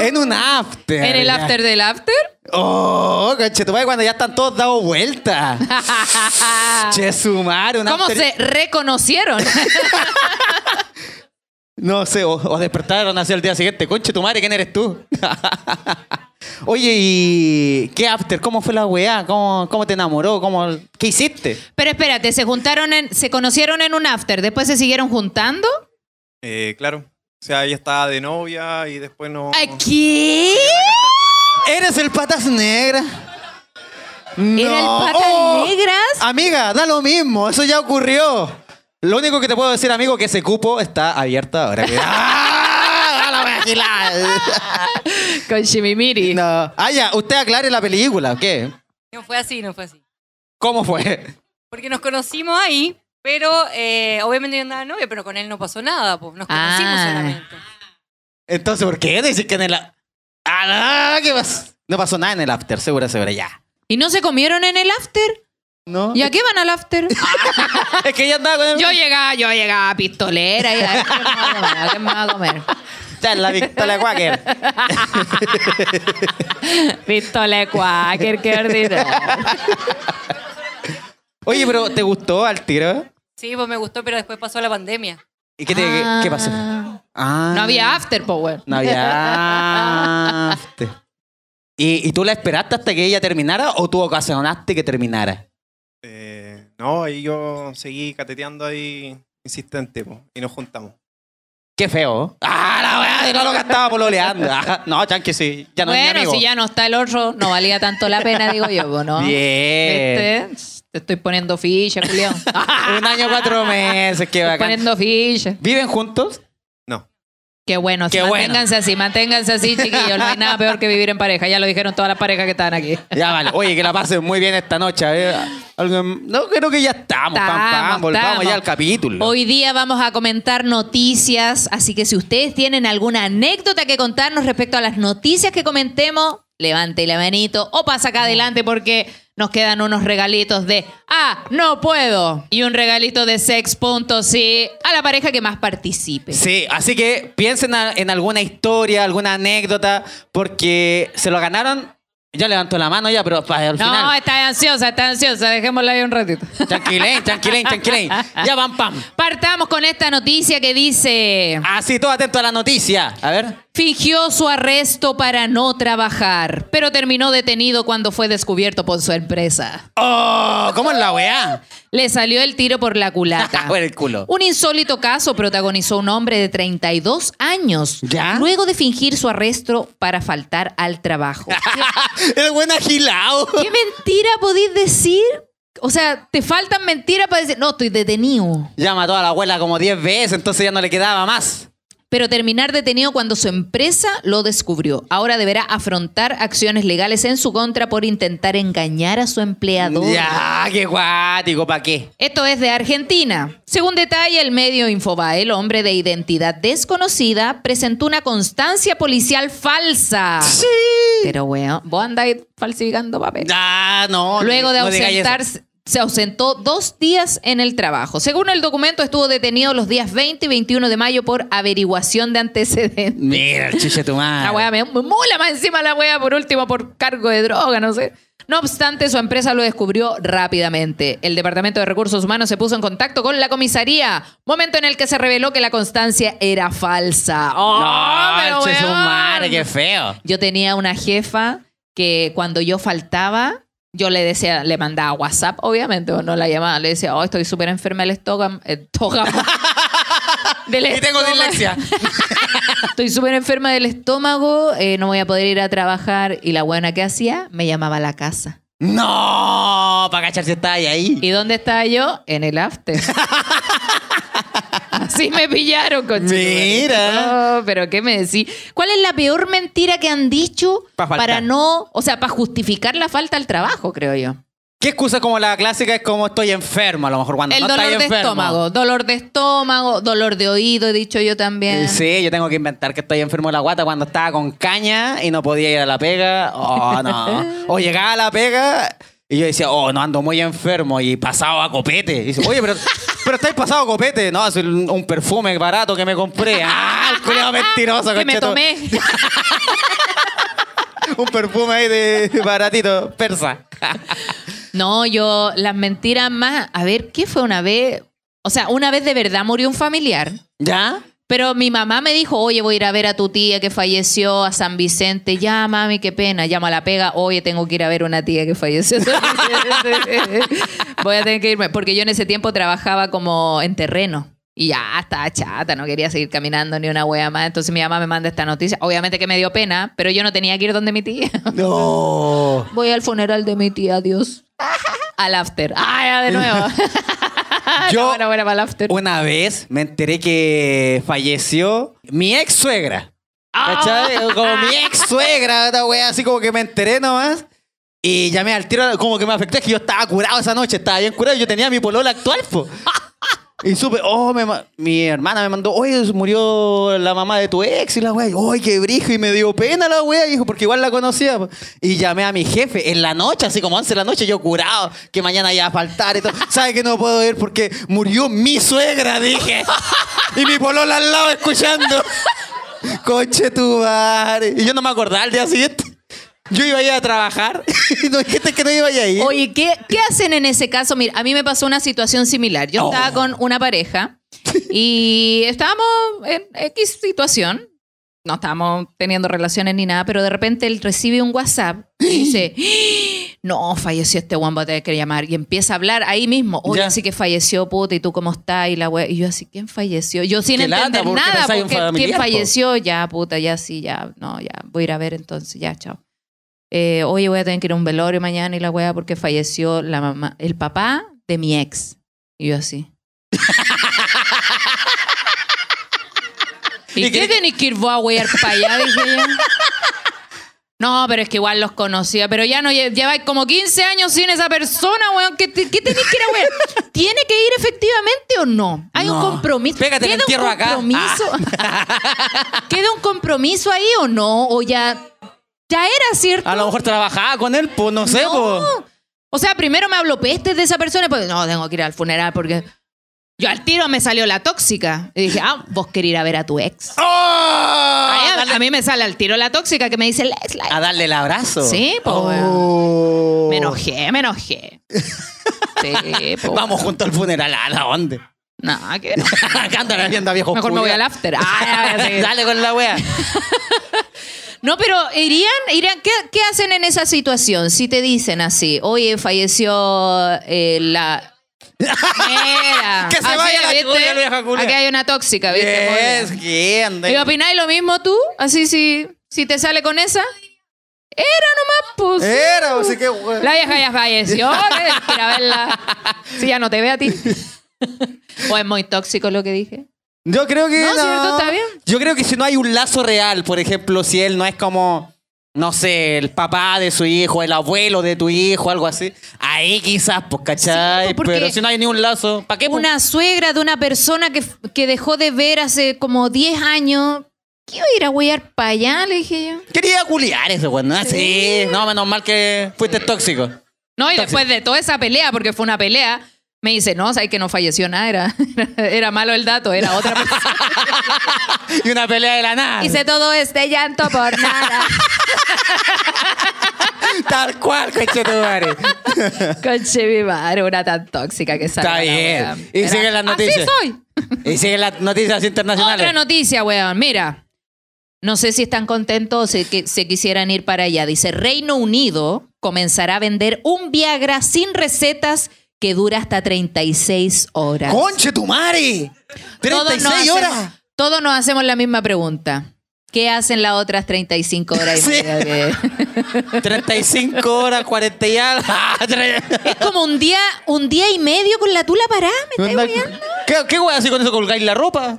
Speaker 1: En un after.
Speaker 2: ¿En el
Speaker 1: ya.
Speaker 2: after del after?
Speaker 1: Oh, conchetumare, cuando ya están todos dados vuelta. che, sumar, un
Speaker 2: ¿Cómo
Speaker 1: after-
Speaker 2: se reconocieron?
Speaker 1: No sé, o, o despertaron hacia el día siguiente. Conche tu madre, ¿quién eres tú? Oye, ¿y qué after? ¿Cómo fue la weá? ¿Cómo, cómo te enamoró? ¿Cómo, ¿Qué hiciste?
Speaker 2: Pero espérate, se juntaron en, se conocieron en un after, después se siguieron juntando.
Speaker 7: Eh, claro. O sea, ella estaba de novia y después no.
Speaker 2: ¿Aquí?
Speaker 1: Eres el patas negra. No.
Speaker 2: ¿Era el patas
Speaker 1: Oh,
Speaker 2: negras?
Speaker 1: Amiga, da lo mismo, eso ya ocurrió. Lo único que te puedo decir, amigo, que ese cupo está abierta ahora. ¡Ah! La voy a gilar.
Speaker 2: Con Shimimiri.
Speaker 1: No. Ah, ya, usted aclare la película, ¿o ¿qué?
Speaker 4: No fue así, no fue así.
Speaker 1: ¿Cómo fue?
Speaker 4: Porque nos conocimos ahí, pero eh, obviamente yo andaba de novia, pero con él no pasó nada, pues nos conocimos
Speaker 2: Ah.
Speaker 4: solamente.
Speaker 1: Entonces, ¿por qué decir que en el... a- Ah, no, ¿qué pasó? No pasó nada en el after, segura, segura, ya.
Speaker 2: ¿Y no se comieron en el after?
Speaker 1: ¿No?
Speaker 2: ¿Y a qué van al after? Ah,
Speaker 1: Es que ella andaba con el...
Speaker 2: yo llegaba, yo llegaba pistolera y a ver, ¿qué me va a comer? ¿A qué me va a comer?
Speaker 1: Ya, la Victoria Quaker.
Speaker 2: Pistole cuáquer, qué ordinario.
Speaker 1: Oye, pero ¿te gustó al tiro?
Speaker 4: Sí, pues me gustó, pero después pasó la pandemia.
Speaker 1: ¿Y qué, te- qué- qué pasó? Ah.
Speaker 2: No había after power.
Speaker 1: No había after. ¿Y, y tú la esperaste hasta que ella terminara o tú ocasionaste que terminara?
Speaker 7: Eh, no, ahí yo seguí cateteando ahí insistente po, y nos juntamos.
Speaker 1: Qué feo. Ah, la weá, no lo que estaba pololeando. Ah, no, chanqui, sí. Ya no es mi
Speaker 2: bueno,
Speaker 1: amigo.
Speaker 2: si ya no está el otro, no valía tanto la pena, digo yo, pues, ¿no? Este.
Speaker 1: Bien.
Speaker 2: ¿Viste? Te estoy poniendo ficha, Julián.
Speaker 1: Un año, cuatro meses, qué
Speaker 2: Estoy
Speaker 1: bacán.
Speaker 2: poniendo ficha.
Speaker 1: ¿Viven juntos?
Speaker 7: No.
Speaker 2: Qué bueno,
Speaker 1: Qué
Speaker 2: sí,
Speaker 1: bueno.
Speaker 2: manténganse así, manténganse así, chiquillos. No hay nada peor que vivir en pareja. Ya lo dijeron todas las parejas que estaban aquí.
Speaker 1: Ya vale. Oye, que la pasen muy bien esta noche. ¿eh? Algo- No, creo que ya estamos. pam, pam.
Speaker 2: Estamos,
Speaker 1: Volvamos
Speaker 2: estamos.
Speaker 1: ya al capítulo.
Speaker 2: Hoy día vamos a comentar noticias, así que si ustedes tienen alguna anécdota que contarnos respecto a las noticias que comentemos, levante la manito o pasa acá adelante porque nos quedan unos regalitos de Ah, no puedo y un regalito de sex punto sí a la pareja que más participe.
Speaker 1: Sí, así que piensen a- en alguna historia, alguna anécdota, porque se lo ganaron. Yo levanto la mano ya, pero para el
Speaker 2: no,
Speaker 1: final.
Speaker 2: está ansiosa, está ansiosa, dejémosla ahí un ratito.
Speaker 1: Tranquilen, tranquilen, tranquilen. Ya van pam.
Speaker 2: Partamos con esta noticia que dice
Speaker 1: Así, todo atento a la noticia. A ver.
Speaker 2: Fingió su arresto para no trabajar, pero terminó detenido cuando fue descubierto por su empresa.
Speaker 1: Oh, ¿cómo es la weá?
Speaker 2: Le salió el tiro por la culata.
Speaker 1: Por el culo.
Speaker 2: Un insólito caso protagonizó un hombre de 32 años
Speaker 1: ¿Ya?
Speaker 2: luego de fingir su arresto para faltar al trabajo.
Speaker 1: el buen agilado.
Speaker 2: ¿Qué mentira podéis decir? O sea, te faltan mentiras para decir, no, estoy detenido.
Speaker 1: Llama a toda la abuela como 10 veces, entonces ya no le quedaba más.
Speaker 2: pero terminar detenido cuando su empresa lo descubrió. Ahora deberá afrontar acciones legales en su contra por intentar engañar a su empleador.
Speaker 1: Ya, qué guático, ¿para qué?
Speaker 2: Esto es de Argentina. Según detalla el medio Infobae, el hombre de identidad desconocida presentó una constancia policial falsa. Sí. Pero, weón, vos andáis falsificando papel.
Speaker 1: Ah, no.
Speaker 2: Luego de
Speaker 1: no digáis eso.
Speaker 2: ausentarse, se ausentó dos días en el trabajo. Según el documento, estuvo detenido los días 20 y 21 de mayo por averiguación de antecedentes.
Speaker 1: Mira, el chiche tu madre.
Speaker 2: La wea me me mula más encima la wea, por último, por cargo de droga, no sé. No obstante, su empresa lo descubrió rápidamente. El Departamento de Recursos Humanos se puso en contacto con la comisaría, momento en el que se reveló que la constancia era falsa. ¡Oh, pero
Speaker 1: no, el chiche tu
Speaker 2: weón!
Speaker 1: madre, qué feo.
Speaker 2: Yo tenía una jefa que cuando yo faltaba, yo le decía, le mandaba WhatsApp, obviamente, o no la llamaba, le decía, oh, estoy súper enferma del estógamo. estógamo. Del
Speaker 1: Y tengo
Speaker 2: estómago.
Speaker 1: dislexia.
Speaker 2: Estoy súper enferma del estómago, eh, no voy a poder ir a trabajar. Y la buena que hacía me llamaba a la casa.
Speaker 1: No, para cachar si está ahí, ahí.
Speaker 2: ¿Y dónde estaba yo? En el after. Así me pillaron, coche.
Speaker 1: Mira.
Speaker 2: No, pero ¿qué me decís? ¿Cuál es la peor mentira que han dicho
Speaker 1: Pa' faltar.
Speaker 2: para no, o sea, para justificar la falta al trabajo, creo yo?
Speaker 1: ¿Qué excusa como la clásica es como estoy enfermo a lo mejor cuando
Speaker 2: el
Speaker 1: no
Speaker 2: dolor de
Speaker 1: estáis enfermo?
Speaker 2: estómago, dolor de estómago, dolor de oído, he dicho yo también.
Speaker 1: Eh, Sí, yo tengo que inventar que estoy enfermo de la guata cuando estaba con caña y no podía ir a la pega. Oh, no. O llegaba a la pega y yo decía, oh, no ando muy enfermo y pasado a copete. Y dice, oye, pero, pero estáis pasado a copete. No, es un, un perfume barato que me compré. Ah, el culiao mentiroso.
Speaker 2: que me
Speaker 1: conchetum-
Speaker 2: tomé.
Speaker 1: Un perfume ahí de baratito, persa.
Speaker 2: No, yo, las mentiras más. A ver, ¿qué fue una vez? O sea, una vez de verdad murió un familiar.
Speaker 1: ¿Ya?
Speaker 2: Pero mi mamá me dijo, oye, voy a ir a ver a tu tía que falleció a San Vicente. Ya, mami, qué pena. Llama a la pega. Oye, tengo que ir a ver una tía que falleció. a San Vicente. voy a tener que irme. Porque yo en ese tiempo trabajaba como en terreno. Y ya estaba chata, no quería seguir caminando ni una wea más. Entonces mi mamá me manda esta noticia. Obviamente que me dio pena, pero yo no tenía que ir donde mi tía.
Speaker 1: No.
Speaker 2: Voy al funeral de mi tía, adiós. Al after. Ah, ya de nuevo.
Speaker 1: Yo-
Speaker 2: Bueno, bueno, para el after.
Speaker 1: Una vez me enteré que falleció mi ex suegra. ¿Cachai? Como mi ex suegra, esta wea, así como que me enteré nomás. Y llamé al tiro, como que me afectó, es que yo estaba curado esa noche, estaba bien curado, yo tenía mi polola actual, po. Y supe, oh, me ma- mi hermana me mandó, oye, murió la mamá de tu ex y la wea, oye, qué brijo, y me dio pena la wea, hijo, porque igual la conocía. po. Y llamé a mi jefe en la noche, así como 11 de la noche, yo curado, que mañana iba a faltar y todo. ¿Sabe que no puedo ir porque murió mi suegra, dije? Y mi polola al lado escuchando. Coche tu madre. Y yo no me acordaba al día siguiente. Yo iba a ir a trabajar y no dijiste que no iba a ir.
Speaker 2: Oye, ¿qué, qué hacen en ese caso? Mira, a mí me pasó una situación similar. Yo
Speaker 1: Oh.
Speaker 2: estaba con una pareja y estábamos en X situación. No estábamos teniendo relaciones ni nada, pero de repente él recibe un WhatsApp y dice, no, falleció este guambo, te que llamar. Y empieza a hablar ahí mismo. Oye,
Speaker 1: Ya.
Speaker 2: así que falleció, puta, ¿y tú cómo estás? Y la wea- Y yo así, ¿quién falleció? Yo sin
Speaker 1: Qué
Speaker 2: entender
Speaker 1: lata, porque
Speaker 2: nada,
Speaker 1: pensáis un
Speaker 2: porque
Speaker 1: familiar,
Speaker 2: ¿quién
Speaker 1: po.
Speaker 2: falleció? Ya, puta, ya sí, ya, no, ya, voy a ir a ver entonces, ya, chao eh, oye, voy a tener que ir a un velorio mañana y la weá porque falleció la mamá, el papá de mi ex. Y yo así. ¿Y,
Speaker 1: ¿Y
Speaker 2: qué
Speaker 1: qué-
Speaker 2: tenéis que ir vos a wear para allá? Dije yo. No, pero es que igual los conocía. Pero ya no lle- lleváis como 15 años sin esa persona, weón. ¿Qué, te- qué tenéis que ir a wear? ¿Tiene que ir efectivamente o no? Hay un
Speaker 1: No.
Speaker 2: compromiso.
Speaker 1: Pégate el
Speaker 2: ¿Queda un
Speaker 1: entierro acá. Ah.
Speaker 2: compromiso? ¿Queda un compromiso ahí o no? O ya Ya era cierto.
Speaker 1: A lo mejor trabajaba con él, pues Ah, no sé,
Speaker 2: No. O sea, primero me habló peste de esa persona, pues no, tengo que ir al funeral porque yo al tiro me salió la tóxica. Y dije, ah, vos querés ir a ver a tu ex.
Speaker 1: Ah,
Speaker 2: Ahí a- a, mí me sale al tiro la tóxica que me dice, Leslie.
Speaker 1: pues. A darle el abrazo.
Speaker 2: Sí, pues,
Speaker 1: Oh.
Speaker 2: Me enojé, me enojé. Sí, pues.
Speaker 1: Vamos junto al funeral. ¿A la dónde?
Speaker 2: No, que no.
Speaker 1: Acá andará viendo a viejo
Speaker 2: Mejor me voy al
Speaker 1: culiao.
Speaker 2: after. Ah, ya, sí.
Speaker 1: Dale con la wea.
Speaker 2: No, pero irían, irían ¿qué, qué hacen en esa situación? Si te dicen así, oye, falleció eh, la... Mira,
Speaker 1: Que se
Speaker 2: así,
Speaker 1: vaya la
Speaker 2: ¿viste?
Speaker 1: chucha, la vieja culia.
Speaker 2: Aquí hay una tóxica, ¿viste? Muy bien.
Speaker 1: Es que ande.
Speaker 2: ¿Y opináis lo mismo tú? Así si, si te sale con esa. Era nomás, pues.
Speaker 1: Era, o sea, qué wea.
Speaker 2: La vieja ya falleció. que ir a verla. Si ya no te ve a ti. o es muy tóxico lo que dije.
Speaker 1: Yo creo que.
Speaker 2: No,
Speaker 1: No,
Speaker 2: ¿cierto? Está bien.
Speaker 1: Yo creo que si no hay un lazo real, por ejemplo, si él no es como, no sé, el papá de su hijo, el abuelo de tu hijo, algo así, ahí quizás, pues, ¿cachai?
Speaker 2: Sí, porque-
Speaker 1: Pero si no hay ni un lazo, ¿para qué? pues?
Speaker 2: Una suegra de una persona que, que dejó de ver hace como 10 años. ¿Qué iba a ir a huear para allá? Le dije yo.
Speaker 1: Quería culiar ese weón, ¿no? Ah, Sí. no, menos mal que fuiste tóxico.
Speaker 2: No, y después de toda esa pelea, porque fue una pelea, me dice, no, sabes que no falleció nada. Era, era malo el dato, era otra persona.
Speaker 1: Y una pelea de la nada.
Speaker 2: Hice todo este llanto por nada.
Speaker 1: Tal cual, conchetumare.
Speaker 2: Conche mi madre, una tan tóxica que sale.
Speaker 1: Está bien. Y siguen las noticias.
Speaker 2: Así soy.
Speaker 1: y siguen las noticias internacionales.
Speaker 2: Otra noticia, weón. Mira. No sé si están contentos o si que- se quisieran ir para allá. Dice, Reino Unido comenzará a vender un Viagra sin recetas que dura hasta 36 horas.
Speaker 1: ¡Conchetumare!
Speaker 2: Todos nos
Speaker 1: 36
Speaker 2: hacemos-
Speaker 1: horas.
Speaker 2: todos nos hacemos la misma pregunta. ¿Qué hacen las otras 35 horas y
Speaker 1: Sí.
Speaker 2: media que-
Speaker 1: 35 horas, 40 y algo. Ah,
Speaker 2: Es como un día, un día y medio con la tula parada. ¿me estáis hueando?
Speaker 1: ¿Qué, qué weá así con eso? ¿Colgáis la ropa?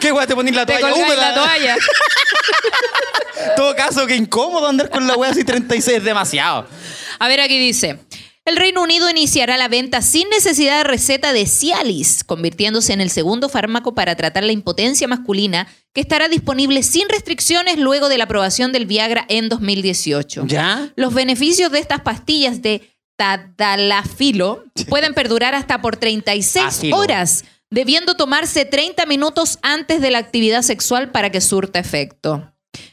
Speaker 1: ¿Qué weá te ponéis la
Speaker 2: Te
Speaker 1: toalla
Speaker 2: colgáis
Speaker 1: húmeda?
Speaker 2: la toalla.
Speaker 1: En todo caso, qué incómodo andar con la weá así 36 es demasiado.
Speaker 2: A ver, aquí dice. El Reino Unido iniciará la venta sin necesidad de receta de Cialis, convirtiéndose en el segundo fármaco para tratar la impotencia masculina que estará disponible sin restricciones luego de la aprobación del Viagra en 2018.
Speaker 1: ¿Ya?
Speaker 2: Los beneficios de estas pastillas de tadalafilo pueden perdurar hasta por 36
Speaker 1: Afilo.
Speaker 2: horas, debiendo tomarse 30 minutos antes de la actividad sexual para que surta efecto.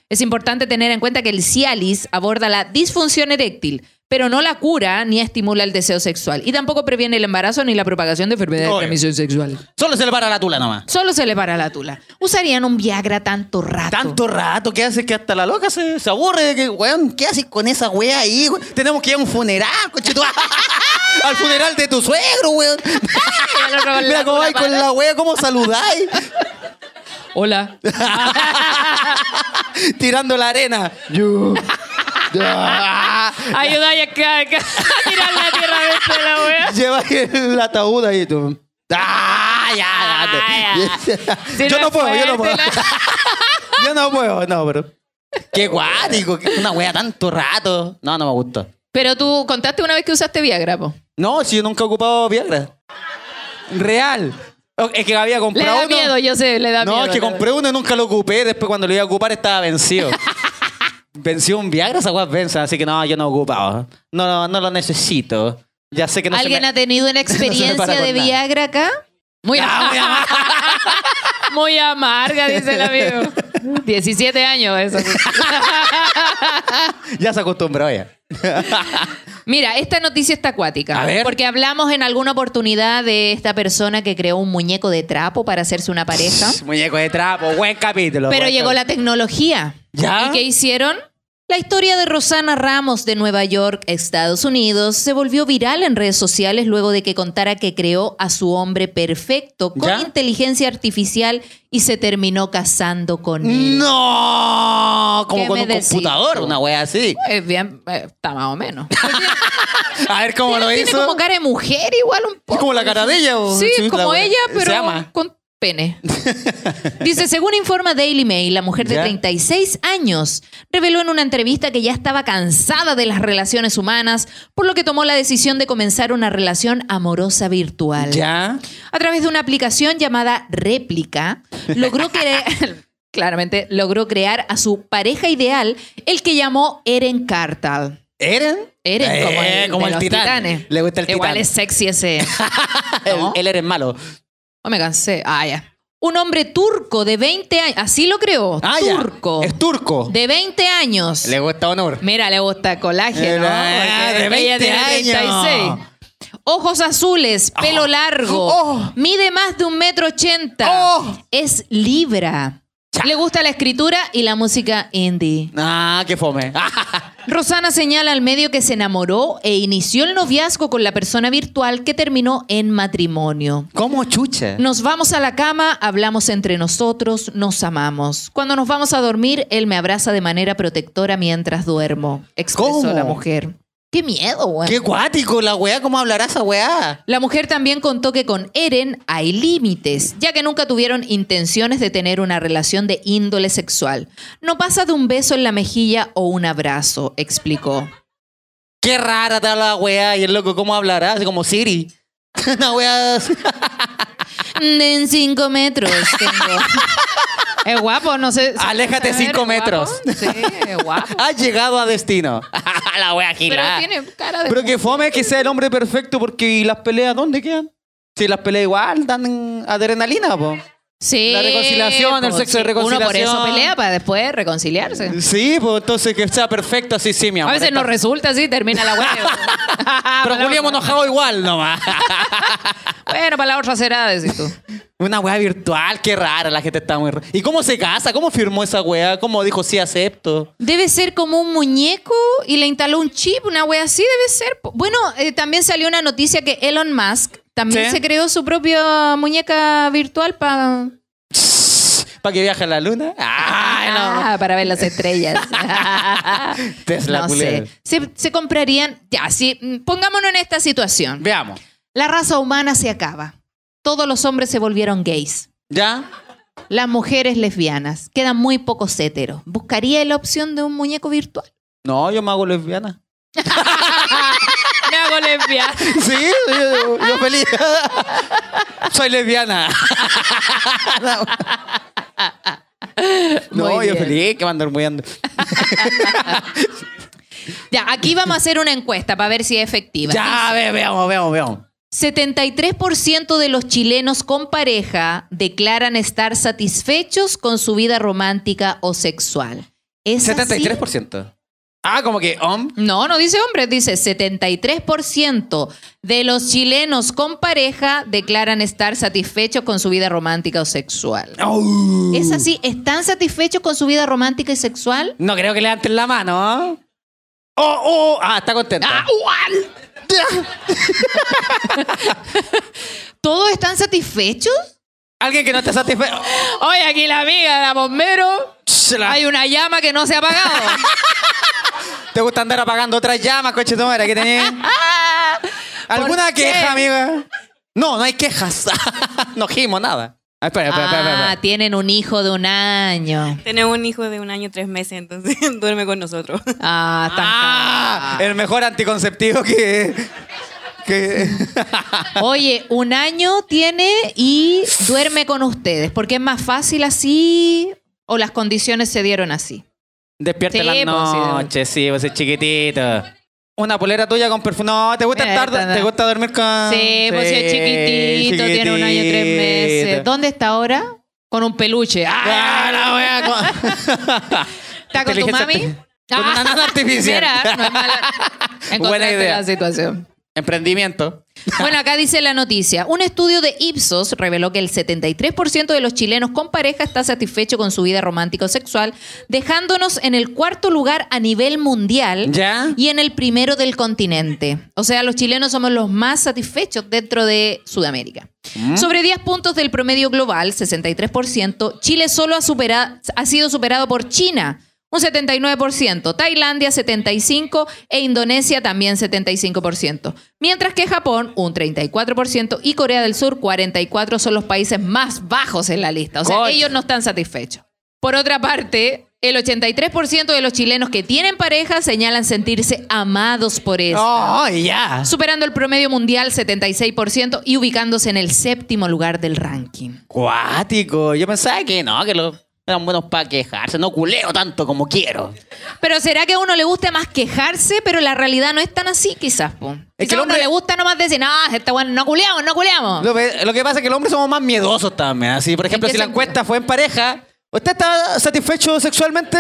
Speaker 2: Es importante tener en cuenta que el Cialis aborda la disfunción eréctil, pero no la cura ni estimula el deseo sexual y tampoco previene el embarazo ni la propagación de enfermedades de
Speaker 1: Obvio.
Speaker 2: transmisión sexual.
Speaker 1: Solo se le para la tula nomás.
Speaker 2: Solo se le para la tula. ¿Usarían un Viagra tanto rato?
Speaker 1: Tanto rato que haces que hasta la loca se, se aburre de que, weón, ¿qué haces con esa weá ahí? weón? Tenemos que ir a un funeral, conchetumare. Al funeral de tu suegro, weón.
Speaker 2: Y el otro con la
Speaker 1: Mira cómo
Speaker 2: tula
Speaker 1: vais con
Speaker 2: para-
Speaker 1: la weá, cómo saludáis.
Speaker 2: Hola.
Speaker 1: Tirando la arena.
Speaker 2: Ayuda a ca- ca- tirar la tierra dentro de la wea.
Speaker 1: Llevas el ataúd ahí tú. ¡Ah, ya! date.
Speaker 2: Si
Speaker 1: yo
Speaker 2: no
Speaker 1: no
Speaker 2: es
Speaker 1: puedo, yo no puedo.
Speaker 2: fuerte,
Speaker 1: yo no puedo, no, pero. Qué guático, que una wea tanto rato. No, no me gustó.
Speaker 2: Pero tú contaste una vez que usaste Viagra, po.
Speaker 1: No, si yo nunca he ocupado Viagra. Real. O- Es que había
Speaker 2: Le
Speaker 1: comprado
Speaker 2: da
Speaker 1: uno.
Speaker 2: miedo, yo sé, le da miedo.
Speaker 1: no, es que
Speaker 2: le da-
Speaker 1: compré uno y nunca lo ocupé. Después cuando lo iba a ocupar estaba vencido. Venció un Viagra, esa wea es venza, así que no, yo no he ocupado. No, no, no lo necesito. Ya sé que no se
Speaker 2: ¿Alguien
Speaker 1: me-
Speaker 2: ha tenido una
Speaker 1: me para
Speaker 2: experiencia
Speaker 1: con
Speaker 2: de
Speaker 1: nada.
Speaker 2: Viagra acá? Muy,
Speaker 1: Ah, muy
Speaker 2: amarga. muy amarga, dice el amigo. 17 años eso.
Speaker 1: Ya se acostumbró ya.
Speaker 2: Mira, esta noticia está acuática.
Speaker 1: A ver.
Speaker 2: Porque hablamos en alguna oportunidad de esta persona que creó un muñeco de trapo para hacerse una pareja.
Speaker 1: Muñeco de trapo, buen capítulo.
Speaker 2: Pero
Speaker 1: buen
Speaker 2: llegó
Speaker 1: capítulo.
Speaker 2: la tecnología.
Speaker 1: ¿Ya?
Speaker 2: ¿Y qué hicieron? La historia de Rosana Ramos de Nueva York, Estados Unidos, se volvió viral en redes sociales luego de que contara que creó a su hombre perfecto con
Speaker 1: ¿Ya?
Speaker 2: inteligencia artificial y se terminó casando con él.
Speaker 1: No, como
Speaker 2: ¿Qué
Speaker 1: con
Speaker 2: me
Speaker 1: un
Speaker 2: decís
Speaker 1: computador,
Speaker 2: tú?
Speaker 1: una wea así.
Speaker 2: Es bien, eh, está más o menos.
Speaker 1: A ver cómo lo
Speaker 2: Tiene
Speaker 1: hizo.
Speaker 2: como cara de mujer igual un poco.
Speaker 1: Es como la cara de ella. o-
Speaker 2: Sí, es
Speaker 1: la
Speaker 2: como
Speaker 1: wea.
Speaker 2: ella,
Speaker 1: Se
Speaker 2: pero
Speaker 1: llama.
Speaker 2: con pene. Dice, según informa Daily Mail, la mujer de
Speaker 1: Ya.
Speaker 2: 36 años reveló en una entrevista que ya estaba cansada de las relaciones humanas, por lo que tomó la decisión de comenzar una relación amorosa virtual.
Speaker 1: Ya.
Speaker 2: A través de una aplicación llamada Réplica, logró que... claramente, logró crear a su pareja ideal, el que llamó Eren Cartal.
Speaker 1: ¿Eren?
Speaker 2: Eren,
Speaker 1: Eh,
Speaker 2: como el, de los
Speaker 1: titán.
Speaker 2: titanes.
Speaker 1: Le gusta el
Speaker 2: Igual
Speaker 1: titán.
Speaker 2: es sexy ese.
Speaker 1: El-
Speaker 2: ¿no?
Speaker 1: El, Eren malo.
Speaker 2: Oh, me cansé. Ah, ya. Un hombre turco de 20 años. Así lo creó.
Speaker 1: Ah, ya.
Speaker 2: turco.
Speaker 1: Es turco.
Speaker 2: De 20 años.
Speaker 1: Le gusta honor.
Speaker 2: Mira, le gusta colágeno.
Speaker 1: Ah,
Speaker 2: porque
Speaker 1: de
Speaker 2: ella
Speaker 1: 20
Speaker 2: tiene
Speaker 1: años.
Speaker 2: Ojos azules, pelo largo.
Speaker 1: Oh.
Speaker 2: Mide más de un metro ochenta.
Speaker 1: Oh.
Speaker 2: Es libra. Le gusta la escritura y la música indie.
Speaker 1: Ah, qué fome.
Speaker 2: Rosana señala al medio que se enamoró e inició el noviazgo con la persona virtual que terminó en matrimonio.
Speaker 1: ¿Cómo chucha?
Speaker 2: Nos vamos a la cama, hablamos entre nosotros, nos amamos. Cuando nos vamos a dormir, él me abraza de manera protectora mientras duermo. Expresó
Speaker 1: ¿Cómo?
Speaker 2: la mujer. Qué miedo, güey.
Speaker 1: Qué cuático la weá, ¿cómo hablará esa weá?
Speaker 2: La mujer también contó que con Eren hay límites, ya que nunca tuvieron intenciones de tener una relación de índole sexual. No pasa de un beso en la mejilla o un abrazo, explicó.
Speaker 1: Qué rara está la weá y el loco, ¿cómo hablará? Así como Siri. Una weá. así.
Speaker 2: De En cinco metros tengo. Es guapo, no sé.
Speaker 1: Aléjate cinco
Speaker 2: ¿Es guapo?
Speaker 1: metros.
Speaker 2: Sí, es guapo.
Speaker 1: Has llegado a destino. la weá
Speaker 5: Pero
Speaker 1: gilada.
Speaker 5: tiene cara de.
Speaker 1: Pero que fome que sea el hombre perfecto porque ¿y las peleas dónde quedan? Si las peleas igual dan adrenalina, po.
Speaker 2: Sí.
Speaker 1: La reconciliación, el
Speaker 2: po,
Speaker 1: sexo de
Speaker 2: Uno por eso
Speaker 1: reconciliación.
Speaker 2: pelea para después reconciliarse.
Speaker 1: Sí, pues entonces que sea perfecto así, sí, mi amor.
Speaker 2: A veces no resulta así, termina la hueá.
Speaker 1: Pero Julián enojado igual nomás.
Speaker 2: Bueno, para la otra será, decís tú.
Speaker 1: Una weá virtual, qué rara, la gente está muy... ra- ¿Y cómo se casa? ¿Cómo firmó esa weá? ¿Cómo dijo sí acepto?
Speaker 2: Debe ser como un muñeco y le instaló un chip, una wea así, debe ser. po. Bueno, eh, también salió una noticia que Elon Musk también
Speaker 1: Sí.
Speaker 2: se creó su propia muñeca virtual para
Speaker 1: ¿Para que viaje a la luna? ¡Ay, no!
Speaker 2: para ver las estrellas.
Speaker 1: Tesla,
Speaker 2: Ah, no
Speaker 1: culero.
Speaker 2: sé. Se, se comprarían. Ya, sí, mm, pongámonos en esta situación.
Speaker 1: Veamos.
Speaker 2: La raza humana se acaba. Todos los hombres se volvieron gays.
Speaker 1: ¿Ya?
Speaker 2: Las mujeres lesbianas. Quedan muy pocos héteros. ¿Buscaría la opción de un muñeco virtual?
Speaker 1: No, yo me hago lesbiana.
Speaker 2: Me hago lesbiana.
Speaker 1: Sí, yo, yo feliz. Soy lesbiana. no,
Speaker 2: Muy
Speaker 1: yo
Speaker 2: bien.
Speaker 1: feliz que me andar muriendo.
Speaker 2: Ya, aquí vamos a hacer una encuesta para ver si es efectiva.
Speaker 1: Ya, ve, veamos, veamos, veamos.
Speaker 2: 73% de los chilenos con pareja declaran estar satisfechos con su vida romántica o sexual. ¿Es así?
Speaker 1: 73%. Ah, como que om.
Speaker 2: No, no dice hombre, dice 73% de los chilenos con pareja declaran estar satisfechos con su vida romántica o sexual.
Speaker 1: Au.
Speaker 2: ¿Es así? ¿Están satisfechos con su vida romántica y sexual?
Speaker 1: No creo que levanten la mano. ¿eh? Oh, oh, ah, está contenta.
Speaker 2: uh. ¿Todos están satisfechos?
Speaker 1: Alguien que no está satisfecho.
Speaker 2: Oye, aquí la amiga, la bombero,
Speaker 1: Ch, la-
Speaker 2: hay una llama que no se ha apagado.
Speaker 1: ¿Te gusta andar apagando otras llamas, coche de madre? ¿Qué tenés?
Speaker 2: Ah,
Speaker 1: ¿Alguna
Speaker 2: ¿Por qué?
Speaker 1: queja, amiga? No, no hay quejas. no gimo nada. Ah, Espera, espera, espera. espera,
Speaker 2: Ah,
Speaker 1: espera.
Speaker 2: tienen un hijo de un año.
Speaker 10: Tenemos un hijo de un año, tres meses, entonces duerme con nosotros.
Speaker 2: Ah, tan
Speaker 1: Ah, el mejor anticonceptivo que. que
Speaker 2: caro. Oye, un año tiene y duerme con ustedes, porque es más fácil así o las condiciones se dieron así.
Speaker 1: Despierta
Speaker 2: Sí,
Speaker 1: en la
Speaker 2: pues, sí.
Speaker 1: noche, sí, vos sos chiquitito. Una polera tuya con perfume. No, ¿te gusta
Speaker 2: Eh,
Speaker 1: estar,
Speaker 2: está-
Speaker 1: te gusta dormir con.
Speaker 2: Sí, pues si es chiquitito, tiene un año y tres meses. ¿Dónde está ahora? Con un peluche.
Speaker 1: Ah, la wea, con-
Speaker 2: ¿Está con tu
Speaker 1: Inteligencia
Speaker 2: mami? Ah,
Speaker 1: arti- con una nana artificial.
Speaker 2: Mira, no es mala.
Speaker 1: Buena
Speaker 2: Encontraste
Speaker 1: idea.
Speaker 2: la situación.
Speaker 1: Emprendimiento.
Speaker 2: Bueno, acá dice la noticia. Un estudio de Ipsos reveló que el 73% de los chilenos con pareja está satisfecho con su vida romántica o sexual, dejándonos en el cuarto lugar a nivel mundial
Speaker 1: ¿Ya?
Speaker 2: y en el primero del continente. O sea, los chilenos somos los más satisfechos dentro de Sudamérica. Sobre 10 puntos del promedio global, 63%, Chile solo ha, supera- ha sido superado por China, un 79%, Tailandia 75% e Indonesia también 75%, mientras que Japón un 34% y Corea del Sur 44% son los países más bajos en la lista. O sea,
Speaker 1: Coño.
Speaker 2: ellos no están satisfechos. Por otra parte, el 83% de los chilenos que tienen pareja señalan sentirse amados por eso.
Speaker 1: Oh, ya.
Speaker 2: Superando el promedio mundial 76% y ubicándose en el séptimo lugar del ranking.
Speaker 1: Cuático. Yo pensaba que no, que lo.
Speaker 11: eran buenos para quejarse. No culeo tanto como quiero.
Speaker 2: Pero será que a uno le gusta más quejarse, pero la realidad no es tan así, quizás, po.
Speaker 1: Es que
Speaker 2: Quizás
Speaker 1: el
Speaker 2: a
Speaker 1: hombre-
Speaker 2: uno le gusta nomás decir, no, esta weá, no culeamos, no culeamos.
Speaker 1: Lo que, lo que pasa es que los hombres somos más miedosos también. Así, por ejemplo,
Speaker 2: Ah. qué
Speaker 1: si la
Speaker 2: sentido?
Speaker 1: encuesta fue en pareja, ¿usted está satisfecho sexualmente?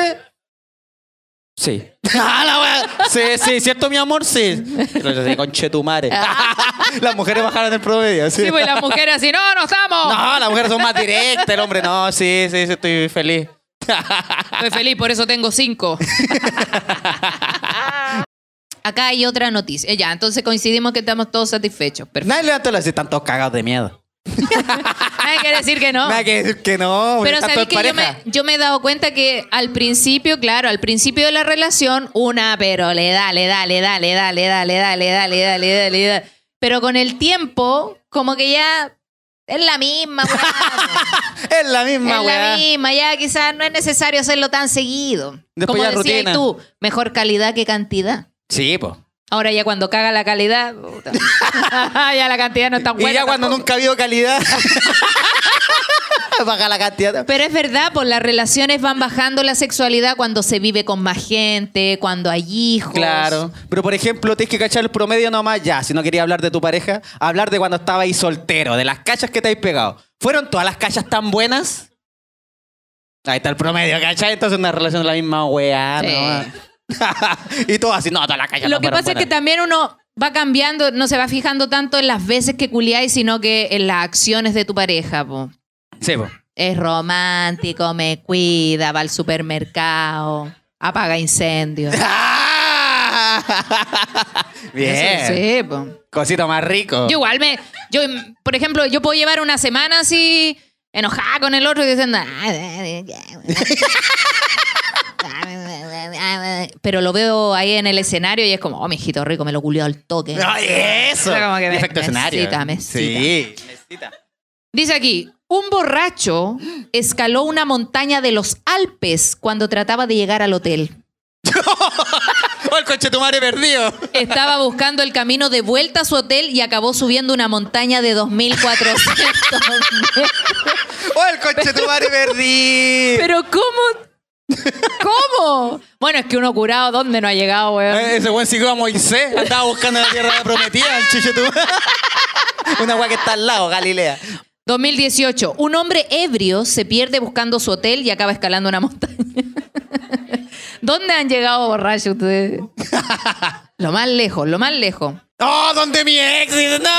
Speaker 1: Sí. ¡Ah, la wea! Sí, sí, ¿cierto, mi amor? Sí. Conche tu madre. Las mujeres bajaron el promedio. Sí,
Speaker 2: Ah. Sí, pues las mujeres así, no, no estamos.
Speaker 1: No, las mujeres son más directas. El hombre, no, sí, sí, sí, estoy feliz.
Speaker 2: Estoy feliz, por eso tengo cinco. Acá hay otra noticia. Eh, Ya, entonces coincidimos que estamos todos satisfechos. Perfecto.
Speaker 1: Nadie levantó la están todos cagados de miedo.
Speaker 2: Nada que decir que no.
Speaker 1: Nada que decir que no,
Speaker 2: Pero
Speaker 1: están todos
Speaker 2: sabéis
Speaker 1: en
Speaker 2: que yo
Speaker 1: pareja.
Speaker 2: me, yo me he dado cuenta que al principio, claro, al principio de la relación, una, pero le da, le da, le da, le da, le da, le da, le da, le da, le da, le da. Pero con el tiempo, como que ya es la misma, weá,
Speaker 1: Es la misma,
Speaker 2: es la
Speaker 1: weá.
Speaker 2: misma, ya quizás no es necesario hacerlo tan seguido.
Speaker 1: Después ya
Speaker 2: como decías
Speaker 1: rutina.
Speaker 2: tú, mejor calidad que cantidad.
Speaker 1: Sí, po.
Speaker 2: Ahora ya cuando caga la calidad, puta. ya la cantidad no es tan
Speaker 1: Y
Speaker 2: buena.
Speaker 1: ya cuando nunca ha habido calidad, baja la cantidad.
Speaker 2: Pero es verdad, pues las relaciones van bajando la sexualidad cuando se vive con más gente, cuando hay hijos.
Speaker 1: Claro. Pero por ejemplo, tienes que cachar el promedio nomás ya. Si no querías hablar de tu pareja, hablar de cuando estabas ahí soltero, de las cachas que te habéis pegado. ¿Fueron todas las cachas tan buenas? Ahí está el promedio, ¿cachai? Entonces una relación es la misma weá,
Speaker 2: Sí.
Speaker 1: nomás. y todo así, no, todas las cachas
Speaker 2: Lo
Speaker 1: no
Speaker 2: que
Speaker 1: fueron
Speaker 2: pasa es que
Speaker 1: buenas.
Speaker 2: también uno va cambiando, no se va fijando tanto en las veces que culiáis, sino que en las acciones de tu pareja, po.
Speaker 1: Sí, po.
Speaker 2: Es romántico, me cuida, va al supermercado, apaga incendios.
Speaker 1: Bien.
Speaker 2: Eso sí, po.
Speaker 1: Cosito más rico.
Speaker 2: Yo igual me. Yo, por ejemplo, yo puedo llevar una semana así enojada con el otro y diciendo. "Ah, ah". Pero lo veo ahí en el escenario y es como, oh, mijito rico, me lo culió al toque.
Speaker 1: Ay, eso.
Speaker 2: Era como que
Speaker 1: Y
Speaker 2: me-
Speaker 1: efecto
Speaker 2: me
Speaker 1: escenario.
Speaker 2: excita, me
Speaker 1: Sí.
Speaker 2: Dice aquí, un borracho escaló una montaña de los Alpes cuando trataba de llegar al hotel.
Speaker 1: Oh, el coche tu madre perdido.
Speaker 2: Estaba buscando el camino de vuelta a su hotel y acabó subiendo una montaña de 2.400 metros.
Speaker 1: Oh, el coche tu madre perdido.
Speaker 2: Pero ¿cómo? ¿Cómo? Bueno, es que uno curado, ¿dónde no ha llegado, weón?
Speaker 1: Eh, Ese buen siguió a Moisés, andaba buscando la tierra prometida, el chuche tu Una agua que está al lado, Galilea.
Speaker 2: 2018. Un hombre ebrio se pierde buscando su hotel y acaba escalando una montaña. ¿Dónde han llegado borrachos ustedes? Lo más lejos, lo más lejos.
Speaker 1: ¡Oh, donde mi ex! dice, ¡No!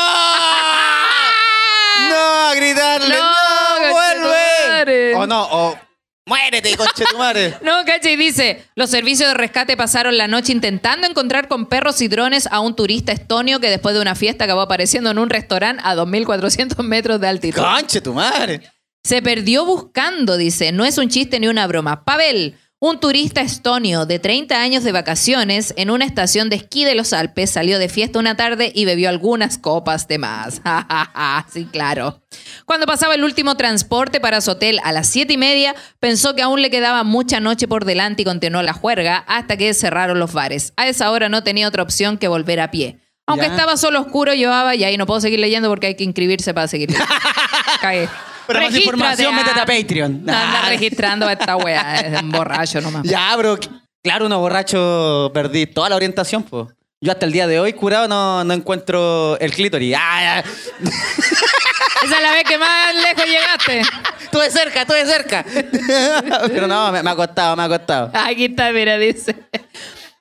Speaker 1: ¡No! a ¡Gritarle!
Speaker 2: No,
Speaker 1: ¡No!
Speaker 2: conchetumare.
Speaker 1: ¡Vuelve! O no, o. ¡Muérete, conchetumare!
Speaker 2: No, caché, dice, los servicios de rescate pasaron la noche intentando encontrar con perros y drones a un turista estonio que después de una fiesta acabó apareciendo en un restaurante a 2.400 metros de altitud.
Speaker 1: ¡Conche tu madre!
Speaker 2: Se perdió buscando, dice. No es un chiste ni una broma. Pavel, un turista estonio de 30 años de vacaciones en una estación de esquí de los Alpes, salió de fiesta una tarde y bebió algunas copas de más. Ja, ja, ja. sí, claro. Cuando pasaba el último transporte para su hotel a las 7 y media, pensó que aún le quedaba mucha noche por delante y continuó la juerga hasta que cerraron los bares. A esa hora no tenía otra opción que volver a pie. Aunque
Speaker 1: Ya.
Speaker 2: estaba solo oscuro, llevaba, y ahí no puedo seguir leyendo porque hay que inscribirse para seguir leyendo. Cagué.
Speaker 1: Para más
Speaker 2: Regístrate,
Speaker 1: información,
Speaker 2: ah.
Speaker 1: métete a Patreon.
Speaker 2: No anda
Speaker 1: Ah,
Speaker 2: registrando a esta weá, es un borracho nomás.
Speaker 1: Ya, bro. Claro, uno borracho perdí toda la orientación, po. Yo hasta el día de hoy, curado, no, no encuentro el clítoris. ¡Ah! ya.
Speaker 2: Esa es la vez que más lejos llegaste.
Speaker 1: Estuve cerca, estuve cerca. Pero no, me, me ha costado, me ha costado.
Speaker 2: Aquí está, mira, dice.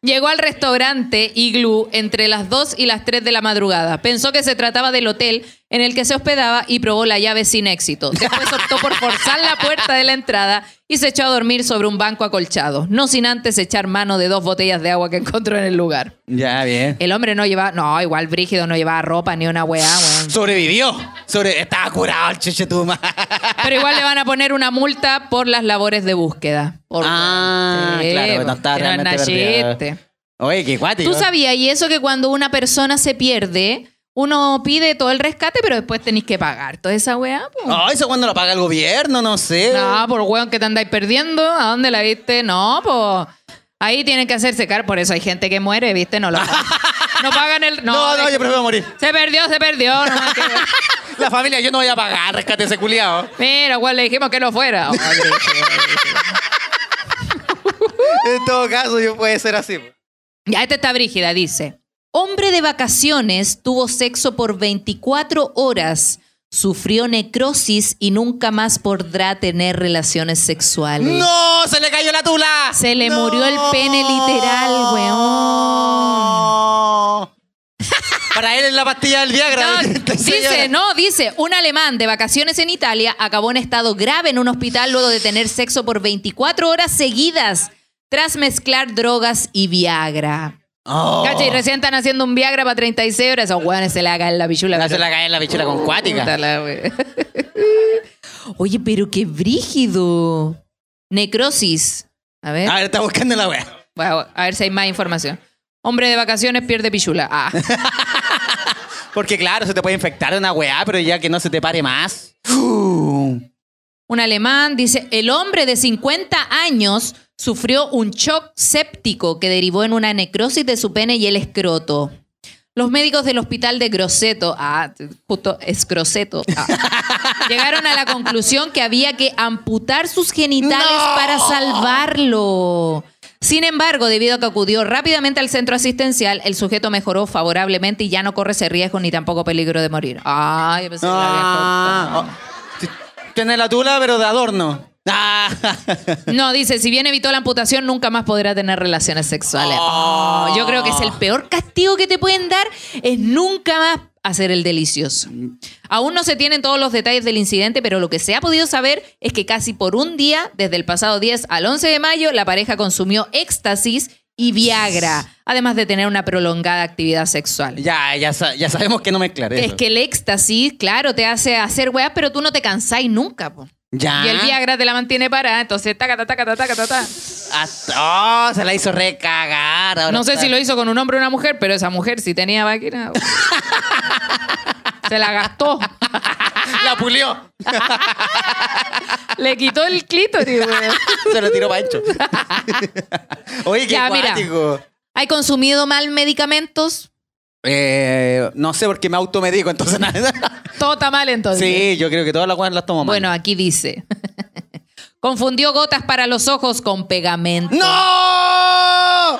Speaker 2: Llegó al restaurante Iglú entre las 2 y las 3 de la madrugada. Pensó que se trataba del hotel en el que se hospedaba y probó la llave sin éxito. Después optó por forzar la puerta de la entrada y se echó a dormir sobre un banco acolchado, no sin antes echar mano de dos botellas de agua que encontró en el lugar.
Speaker 1: Ya, bien.
Speaker 2: El hombre no llevaba, no, igual Brígido no llevaba ropa ni una weá, weón.
Speaker 1: Sobrevivió. Sobre... Estaba curado el chichetuma.
Speaker 2: Pero igual le van a poner una multa por las labores de búsqueda. Por-
Speaker 1: Ah,
Speaker 2: Sí,
Speaker 1: claro, no
Speaker 2: pues,
Speaker 1: estaba
Speaker 2: que no es
Speaker 1: realmente
Speaker 2: nada
Speaker 1: perdido.
Speaker 2: chiste.
Speaker 1: Oye, qué cuático.
Speaker 2: Tú sabías, y eso que cuando una persona se pierde, uno pide todo el rescate, pero después tenéis que pagar toda esa weá. po.
Speaker 1: No, eso cuando lo paga el gobierno, no sé.
Speaker 2: No, por weón que te andáis perdiendo, ¿a dónde la viste? No, pues ahí tienen que hacerse car, por eso hay gente que muere, ¿viste? No lo pagan. No pagan el. No,
Speaker 1: No, no,
Speaker 2: de-
Speaker 1: yo prefiero morir.
Speaker 2: Se perdió, se perdió. no más que-
Speaker 1: La familia, yo no voy a pagar, rescate ese culiado.
Speaker 2: Mira, weón, le dijimos que no fuera. Oh, brígido, brígido.
Speaker 1: En todo caso, yo puede ser así. pues. po.
Speaker 2: Ya, esta está brígida, dice. Hombre de vacaciones tuvo sexo por 24 horas, sufrió necrosis y nunca más podrá tener relaciones sexuales.
Speaker 1: ¡No! ¡Se le cayó la tula!
Speaker 2: Se le murió el pene literal, weón.
Speaker 1: No. Para él es la pastilla del Viagra.
Speaker 2: No,
Speaker 1: Te
Speaker 2: dice,
Speaker 1: señala.
Speaker 2: no, dice, un alemán de vacaciones en Italia acabó en estado grave en un hospital luego de tener sexo por 24 horas seguidas tras mezclar drogas y Viagra.
Speaker 11: Oh.
Speaker 2: Cacha, y recién están haciendo un Viagra para 36 horas. Esos hueones se le hagan la pichula.
Speaker 11: No se la cae en la pichula con
Speaker 2: Puta
Speaker 11: cuática.
Speaker 2: la wea. Oye, pero qué brígido. Necrosis. A ver.
Speaker 1: A ver, está buscando la wea.
Speaker 2: Bueno, a ver si hay más información. Hombre de vacaciones pierde pichula. Ah.
Speaker 11: Porque claro, se te puede infectar una weá, pero ya que no se te pare más.
Speaker 2: Un alemán dice, el hombre de 50 años sufrió un shock séptico que derivó en una necrosis de su pene y el escroto. Los médicos del hospital de Grosseto, ah, justo es Grosseto, ah, llegaron a la conclusión que había que amputar sus genitales para salvarlo. Sin embargo, debido a que acudió rápidamente al centro asistencial, el sujeto mejoró favorablemente y ya no corre ese riesgo ni tampoco peligro de morir. Ay, yo pensé que la había cortado.
Speaker 1: Ah, oh. Tiene la tula, pero de adorno. Ah.
Speaker 2: No, dice, si bien evitó la amputación, nunca más podrá tener relaciones sexuales. Oh, yo creo que es el peor castigo que te pueden dar, es nunca más hacer el delicioso. Aún no se tienen todos los detalles del incidente, pero lo que se ha podido saber es que casi por un día, desde el pasado 10 al 11 de mayo, la pareja consumió éxtasis y Viagra, además de tener una prolongada actividad sexual.
Speaker 11: Ya, ya, sa- ya sabemos que no mezclar eso.
Speaker 2: Es que el éxtasis, claro, te hace hacer weas, pero tú no te cansáis nunca, po.
Speaker 11: Ya.
Speaker 1: Ah.
Speaker 2: Y el Viagra te la mantiene parada, entonces taca, taca, taca, taca, taca.
Speaker 11: Hasta- oh, se la hizo recagar. ahora
Speaker 2: No sé
Speaker 11: está-
Speaker 2: si lo hizo con un hombre o una mujer, pero esa mujer si tenía máquina. se la gastó.
Speaker 11: La pulió.
Speaker 2: Le quitó el clítoris, güey.
Speaker 11: se lo tiró Pancho.
Speaker 1: Oye, qué
Speaker 2: Ya, mira.
Speaker 1: cuático.
Speaker 2: ¿Hay consumido mal medicamentos?
Speaker 1: Eh, no sé, porque me automedico, entonces nada.
Speaker 2: Todo está mal entonces.
Speaker 1: Sí, yo creo que todas las weas las tomo mal.
Speaker 2: Bueno, aquí dice. Confundió gotas para los ojos con pegamento.
Speaker 1: ¡No!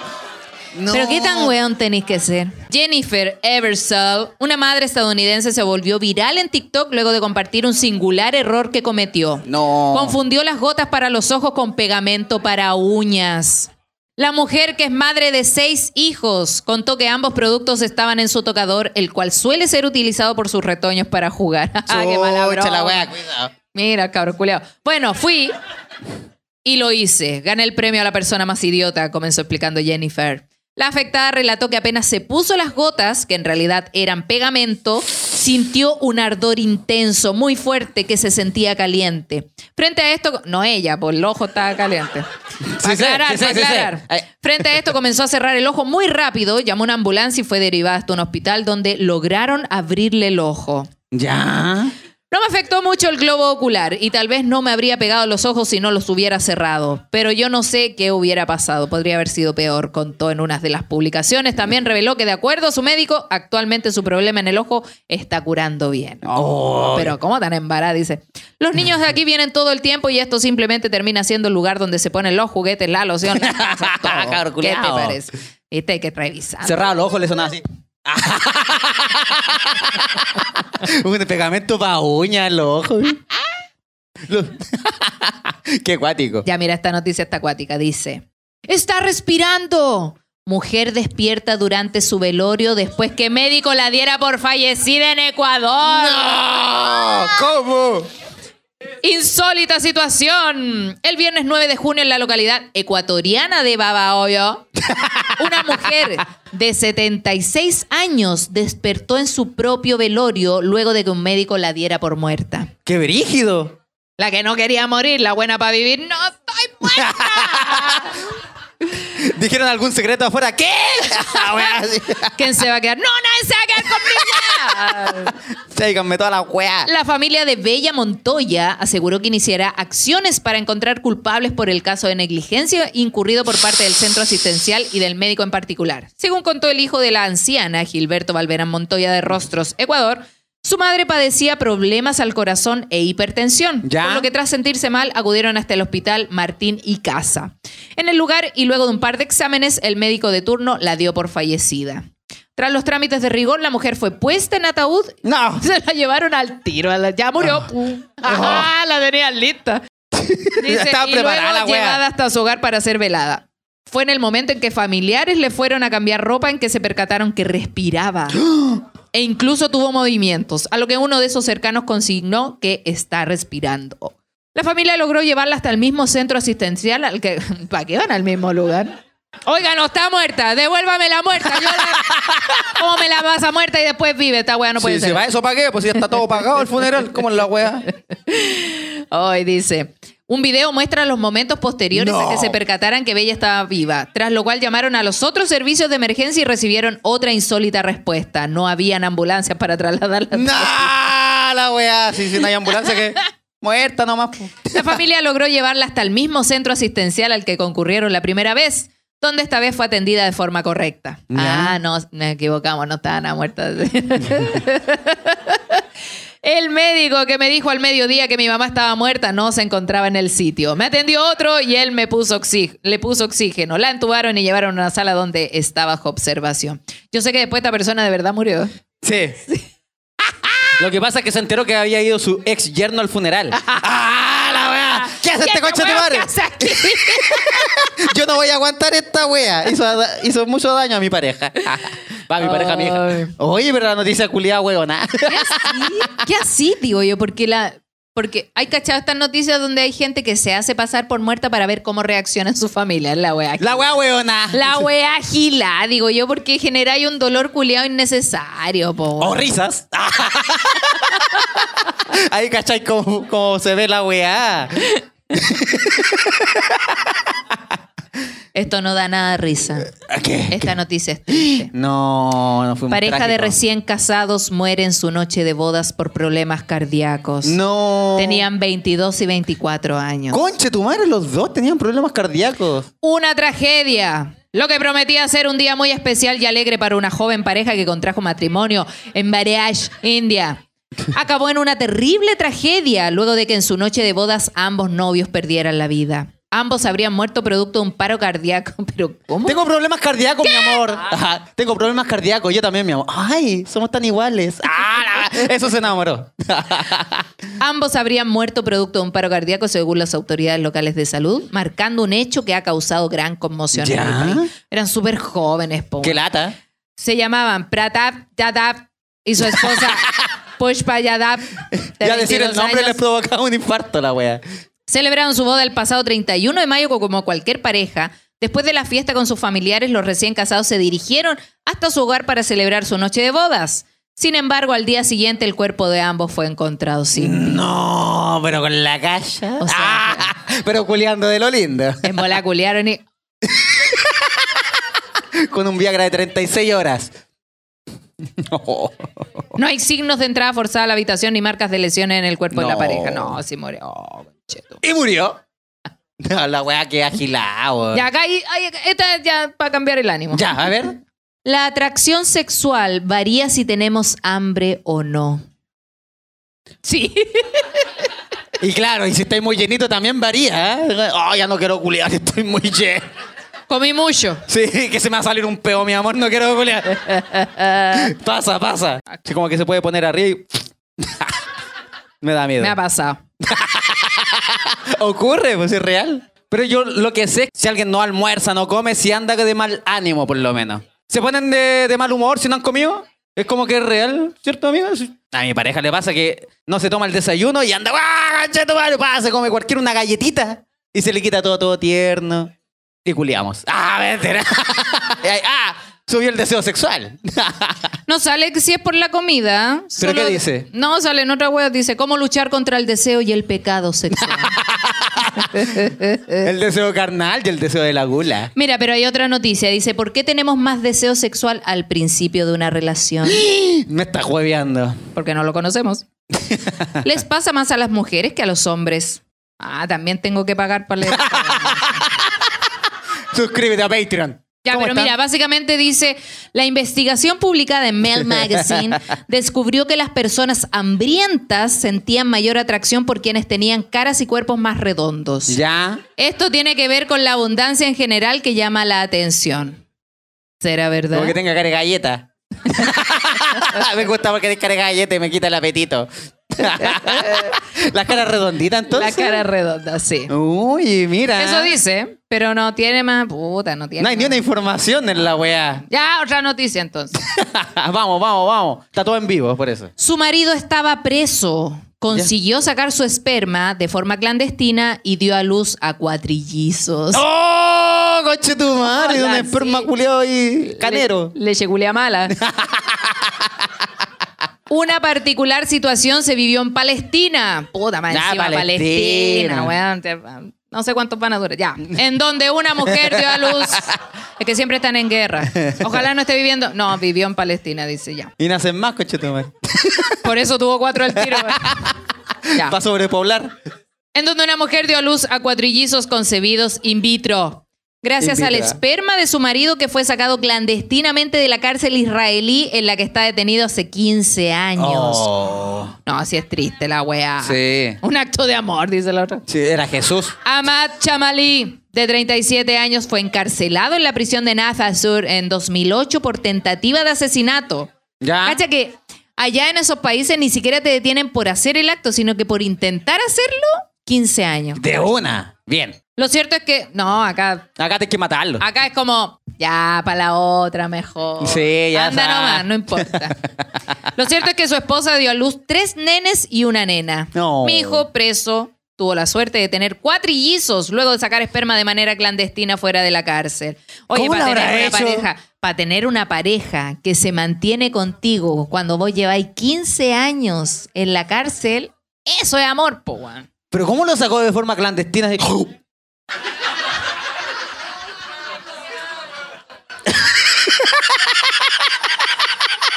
Speaker 1: No.
Speaker 2: Pero qué tan weón tenéis que ser. Jennifer Eversole, una madre estadounidense, se volvió viral en TikTok luego de compartir un singular error que cometió.
Speaker 1: No.
Speaker 2: Confundió las gotas para los ojos con pegamento para uñas. La mujer, que es madre de seis hijos, contó que ambos productos estaban en su tocador, el cual suele ser utilizado por sus retoños para jugar. Ah, qué mala
Speaker 11: Chucha la
Speaker 2: broma.
Speaker 11: wea, cuidado.
Speaker 2: Mira, cabrón, culeado. Bueno, fui y lo hice. Gané el premio a la persona más idiota, comenzó explicando Jennifer. La afectada relató que apenas se puso las gotas, que en realidad eran pegamento, sintió un ardor intenso, muy fuerte, que se sentía caliente. Frente a esto, no ella, por el ojo estaba caliente.
Speaker 11: Sí
Speaker 2: Pa'
Speaker 11: sé,
Speaker 2: aclarar,
Speaker 11: sí sé,
Speaker 2: pa'
Speaker 11: sí sé.
Speaker 2: aclarar.
Speaker 11: Ay.
Speaker 2: Frente a esto comenzó a cerrar el ojo muy rápido, llamó una ambulancia y fue derivada hasta un hospital donde lograron abrirle el ojo.
Speaker 11: Ya.
Speaker 2: No me afectó mucho el globo ocular y tal vez no me habría pegado los ojos si no los hubiera cerrado. Pero yo no sé qué hubiera pasado. Podría haber sido peor, contó en una de las publicaciones. También reveló que, de acuerdo a su médico, actualmente su problema en el ojo está curando bien.
Speaker 1: Oh.
Speaker 2: Pero ¿cómo tan embarada? Dice. Los niños de aquí vienen todo el tiempo y esto simplemente termina siendo el lugar donde se ponen los juguetes, la loción, las cosas, todo.
Speaker 11: Cabrón
Speaker 2: ¿Qué te
Speaker 11: culiao.
Speaker 2: parece? Viste, hay que revisar.
Speaker 11: Cerrado los ojos, le sonaba así.
Speaker 1: Un pegamento para uñas en los ojos. Los- qué cuático.
Speaker 2: Ya mira esta noticia está acuática, dice. Está respirando. Mujer despierta durante su velorio después que médico la diera por fallecida en Ecuador.
Speaker 1: Oh, ¿Cómo?
Speaker 2: Insólita situación. El viernes 9 de junio en la localidad ecuatoriana de Babahoyo, una mujer de 76 años despertó en su propio velorio luego de que un médico la diera por muerta.
Speaker 1: ¡Qué brígido!
Speaker 2: La que no quería morir, la buena para vivir, no estoy muerta.
Speaker 1: ¿Dijeron algún secreto afuera? ¿Qué? La wea así.
Speaker 2: ¿Quién se va a quedar? No, nadie se va a quedar conmigo.
Speaker 1: Sáiganme toda la wea.
Speaker 2: La familia de Bella Montoya aseguró que iniciará acciones para encontrar culpables por el caso de negligencia incurrido por parte del centro asistencial y del médico en particular. Según contó el hijo de la anciana, Gilberto Valverán Montoya de Rostros, Ecuador, Su madre padecía problemas al corazón e hipertensión,
Speaker 1: Ya.
Speaker 2: por lo que tras sentirse mal acudieron hasta el hospital Martín y Casa. En el lugar y luego de un par de exámenes, el médico de turno la dio por fallecida. Tras los trámites de rigor, la mujer fue puesta en ataúd.
Speaker 1: No.
Speaker 2: Se la llevaron al tiro. a la- Ya murió.
Speaker 1: Ah.
Speaker 2: Uh. Ajá, la tenía lista. Dice,
Speaker 1: Estaba
Speaker 2: y luego
Speaker 1: preparada la wea".
Speaker 2: llevada hasta su hogar para ser velada. Fue en el momento en que familiares le fueron a cambiar ropa en que se percataron que respiraba.
Speaker 1: ¡Ah!
Speaker 2: e incluso tuvo movimientos, a lo que uno de esos cercanos consignó que está respirando. La familia logró llevarla hasta el mismo centro asistencial al que... ¿Para qué van al mismo lugar? Oiga, no está muerta, devuélvame la muerta. Yo la- ¿Cómo me la vas a muerta y después vive? Esta wea no puede
Speaker 1: Sí,
Speaker 2: ser.
Speaker 1: sí, ¿va eso para qué? Pues ya está todo pagado el funeral. ¿Cómo es la wea?
Speaker 2: Hoy dice. Un video muestra los momentos posteriores
Speaker 1: No.
Speaker 2: a que se percataran que Bella estaba viva, tras lo cual llamaron a los otros servicios de emergencia y recibieron otra insólita respuesta. No habían ambulancias para trasladarla.
Speaker 1: ¡Nah! La wea. Si, si no hay ambulancia que. Muerta nomás. pues. po.
Speaker 2: La familia logró llevarla hasta el mismo centro asistencial al que concurrieron la primera vez, donde esta vez fue atendida de forma correcta.
Speaker 1: Ya.
Speaker 2: Ah, no, nos equivocamos, no estaba nada muerta. El médico que me dijo al mediodía que mi mamá estaba muerta no se encontraba en el sitio. Me atendió otro y él me puso oxi- le puso oxígeno. La entubaron y llevaron a una sala donde está bajo observación. Yo sé que después esta persona de verdad murió.
Speaker 1: Sí. Lo que pasa es que se enteró que había ido su ex yerno al funeral. ¡Ah, la wea! ¿Qué hace este
Speaker 2: ¿Qué
Speaker 1: coche de
Speaker 2: weón
Speaker 1: madre?
Speaker 2: que hace aquí?
Speaker 1: Yo no voy a aguantar esta wea. Hizo, hizo mucho daño a mi pareja. Va, mi pareja, mi hija.
Speaker 2: Ay.
Speaker 1: Oye, pero la noticia culiada, weona.
Speaker 2: ¿Qué así? ¿Qué así? Digo yo, porque la. Porque hay cachado estas noticias donde hay gente que se hace pasar por muerta para ver cómo reacciona su familia. La wea. gila.
Speaker 1: La wea, weona.
Speaker 2: La wea gila, digo yo, porque genera ahí un dolor culiado innecesario, po.
Speaker 1: O Oh, risas. Ahí, ¿cachai? Como, como se ve la weá.
Speaker 2: Esto no da nada de risa.
Speaker 1: ¿A ¿Qué?
Speaker 2: Esta noticia es triste.
Speaker 1: No, no fue muy
Speaker 2: Pareja de
Speaker 1: trágico.
Speaker 2: recién casados muere en su noche de bodas por problemas cardíacos.
Speaker 1: No.
Speaker 2: Tenían 22 y 24 años.
Speaker 1: Conche, tu madre, los dos tenían problemas cardíacos.
Speaker 2: Una tragedia. Lo que prometía ser un día muy especial y alegre para una joven pareja que contrajo matrimonio en Bariash, India. Acabó en una terrible tragedia luego de que en su noche de bodas ambos novios perdieran la vida. Ambos habrían muerto producto de un paro cardíaco. Pero ¿cómo?
Speaker 1: Tengo problemas cardíacos, mi amor. Ajá, Tengo problemas cardíacos, yo también, mi amor. Ay, somos tan iguales. Ah, la- Eso se enamoró.
Speaker 2: Ambos habrían muerto producto de un paro cardíaco según las autoridades locales de salud, marcando un hecho que ha causado gran conmoción. en el
Speaker 1: Ya.
Speaker 2: país. Eran súper jóvenes, po.
Speaker 1: Qué lata.
Speaker 2: Se llamaban Pratap Yadav y su esposa Pushpa Yadav. de
Speaker 1: Ya decir el
Speaker 2: 22
Speaker 1: nombre
Speaker 2: años.
Speaker 1: les provocaba un infarto, la wea.
Speaker 2: Celebraron su boda el pasado 31 de mayo como cualquier pareja. Después de la fiesta con sus familiares, los recién casados se dirigieron hasta su hogar para celebrar su noche de bodas. Sin embargo, al día siguiente el cuerpo de ambos fue encontrado sin vida.
Speaker 1: No, pero con la calla.
Speaker 2: O sea,
Speaker 1: Ah, pero culeando de lo lindo.
Speaker 2: En bola culiaron y...
Speaker 1: Con un Viagra de 36 horas. No.
Speaker 2: No hay signos de entrada forzada a la habitación ni marcas de lesiones en el cuerpo de la
Speaker 1: No.
Speaker 2: pareja. No, sí murió. Oh, conchetum.
Speaker 1: Y murió. No, la wea que agilada, weón.
Speaker 2: Ya, acá hay, hay- esta ya para cambiar el ánimo.
Speaker 1: Ya, a ver.
Speaker 2: La atracción sexual varía si tenemos hambre o no. Sí.
Speaker 1: Y claro, y si estáis muy llenito también varía, ¿eh? Oh, ya no quiero culiar, estoy muy lleno.
Speaker 2: Comí mucho.
Speaker 1: Sí, que se me va a salir un peo, mi amor, no quiero culiar. pasa, pasa. Sí, como que se puede poner arriba y... me da miedo.
Speaker 2: Me ha pasado.
Speaker 1: Ocurre, pues es real. Pero yo lo que sé, si alguien no almuerza, no come, si anda de mal ánimo, por lo menos. ¿Se ponen de, de mal humor si no han comido? Es como que es real, ¿cierto, amigo? Sí. A mi pareja le pasa que no se toma el desayuno y anda, ¡ah, concha tu madre! Pa, Se come cualquier una galletita y se le quita todo, todo tierno. Y culiamos. ¡Ah, mentira! ¡Ah! Subió el deseo sexual.
Speaker 2: No sale que si es por la comida.
Speaker 1: ¿Pero qué dice?
Speaker 2: No, sale en otra web. Dice, ¿cómo luchar contra el deseo y el pecado sexual?
Speaker 1: el deseo carnal y el deseo de la gula.
Speaker 2: Mira, pero hay otra noticia. Dice, ¿por qué tenemos más deseo sexual al principio de una relación?
Speaker 1: Me está jueveando.
Speaker 2: Porque no lo conocemos. Les pasa más a las mujeres que a los hombres. Ah, también tengo que pagar para leer.
Speaker 1: Suscríbete a Patreon.
Speaker 2: Ya,
Speaker 1: ¿Cómo
Speaker 2: pero
Speaker 1: están?
Speaker 2: mira, básicamente dice, la investigación publicada en Mail Magazine descubrió que las personas hambrientas sentían mayor atracción por quienes tenían caras y cuerpos más redondos.
Speaker 1: Ya.
Speaker 2: Esto tiene que ver con la abundancia en general que llama la atención. ¿Será verdad?
Speaker 11: Como que tenga cara de galleta. me gusta porque es cara de galleta y me quita el apetito. la cara redondita
Speaker 2: La
Speaker 11: entonces.
Speaker 2: cara redonda, sí.
Speaker 11: Uy, mira.
Speaker 2: Eso dice, pero no tiene más... Puta, no tiene
Speaker 11: Ah. No hay ni
Speaker 2: más.
Speaker 11: una información en la weá.
Speaker 2: Ya, otra noticia entonces.
Speaker 11: vamos, vamos, vamos. Está todo en vivo, por eso.
Speaker 2: Su marido estaba preso. Consiguió sacar su esperma de forma clandestina y dio a luz a cuatrillizos.
Speaker 1: ¡Oh, coche tu madre!
Speaker 2: Hola,
Speaker 1: un esperma
Speaker 2: sí.
Speaker 1: culiao y canero.
Speaker 2: Le, leche culea mala. Una particular situación se vivió en Palestina. Puta madre,
Speaker 11: Ah,
Speaker 2: encima Palestina,
Speaker 11: Palestina.
Speaker 2: weón, te- No sé cuántos van a durar. Ya. En donde una mujer dio a luz. Es que siempre están en guerra. Ojalá no esté viviendo. No, vivió en Palestina, dice ya.
Speaker 1: Y nacen más, coche tu madre.
Speaker 2: Por eso tuvo cuatro al tiro. weón. Ya.
Speaker 1: Para sobrepoblar.
Speaker 2: en donde una mujer dio a luz a cuatrillizos concebidos in vitro. Gracias
Speaker 1: In
Speaker 2: al
Speaker 1: vitro.
Speaker 2: esperma de su marido que fue sacado clandestinamente de la cárcel israelí en la que está detenido hace 15 años.
Speaker 1: Oh.
Speaker 2: No, así es triste la weá.
Speaker 1: Sí.
Speaker 2: Un acto de amor, dice la otra.
Speaker 1: Sí, era Jesús.
Speaker 2: Ahmad Chamalí, de 37 años, fue encarcelado en la prisión de Nafasur en 2008 por tentativa de asesinato.
Speaker 1: Ah.
Speaker 11: Ya.
Speaker 2: Cacha que allá en esos países ni siquiera te detienen por hacer el acto, sino que por intentar hacerlo, 15 años.
Speaker 11: De una. Bien.
Speaker 2: Lo cierto es que, no, acá,
Speaker 11: Acá tenés que matarlo.
Speaker 2: acá es como, ya, para la otra mejor.
Speaker 11: Sí, ya
Speaker 2: Anda
Speaker 11: está.
Speaker 2: nomás, no importa. Lo cierto es que su esposa dio a luz tres nenes y una nena.
Speaker 11: No.
Speaker 2: Mi hijo preso tuvo la suerte de tener cuatrillizos luego de sacar esperma de manera clandestina fuera de la cárcel. Oye,
Speaker 1: ¿Cómo
Speaker 2: para
Speaker 1: lo habrá
Speaker 2: tener una
Speaker 1: hecho?
Speaker 2: pareja, para tener una pareja que se mantiene contigo cuando vos lleváis 15 años en la cárcel, eso es amor, po, weón.
Speaker 1: Pero ¿cómo lo sacó de forma clandestina? Así-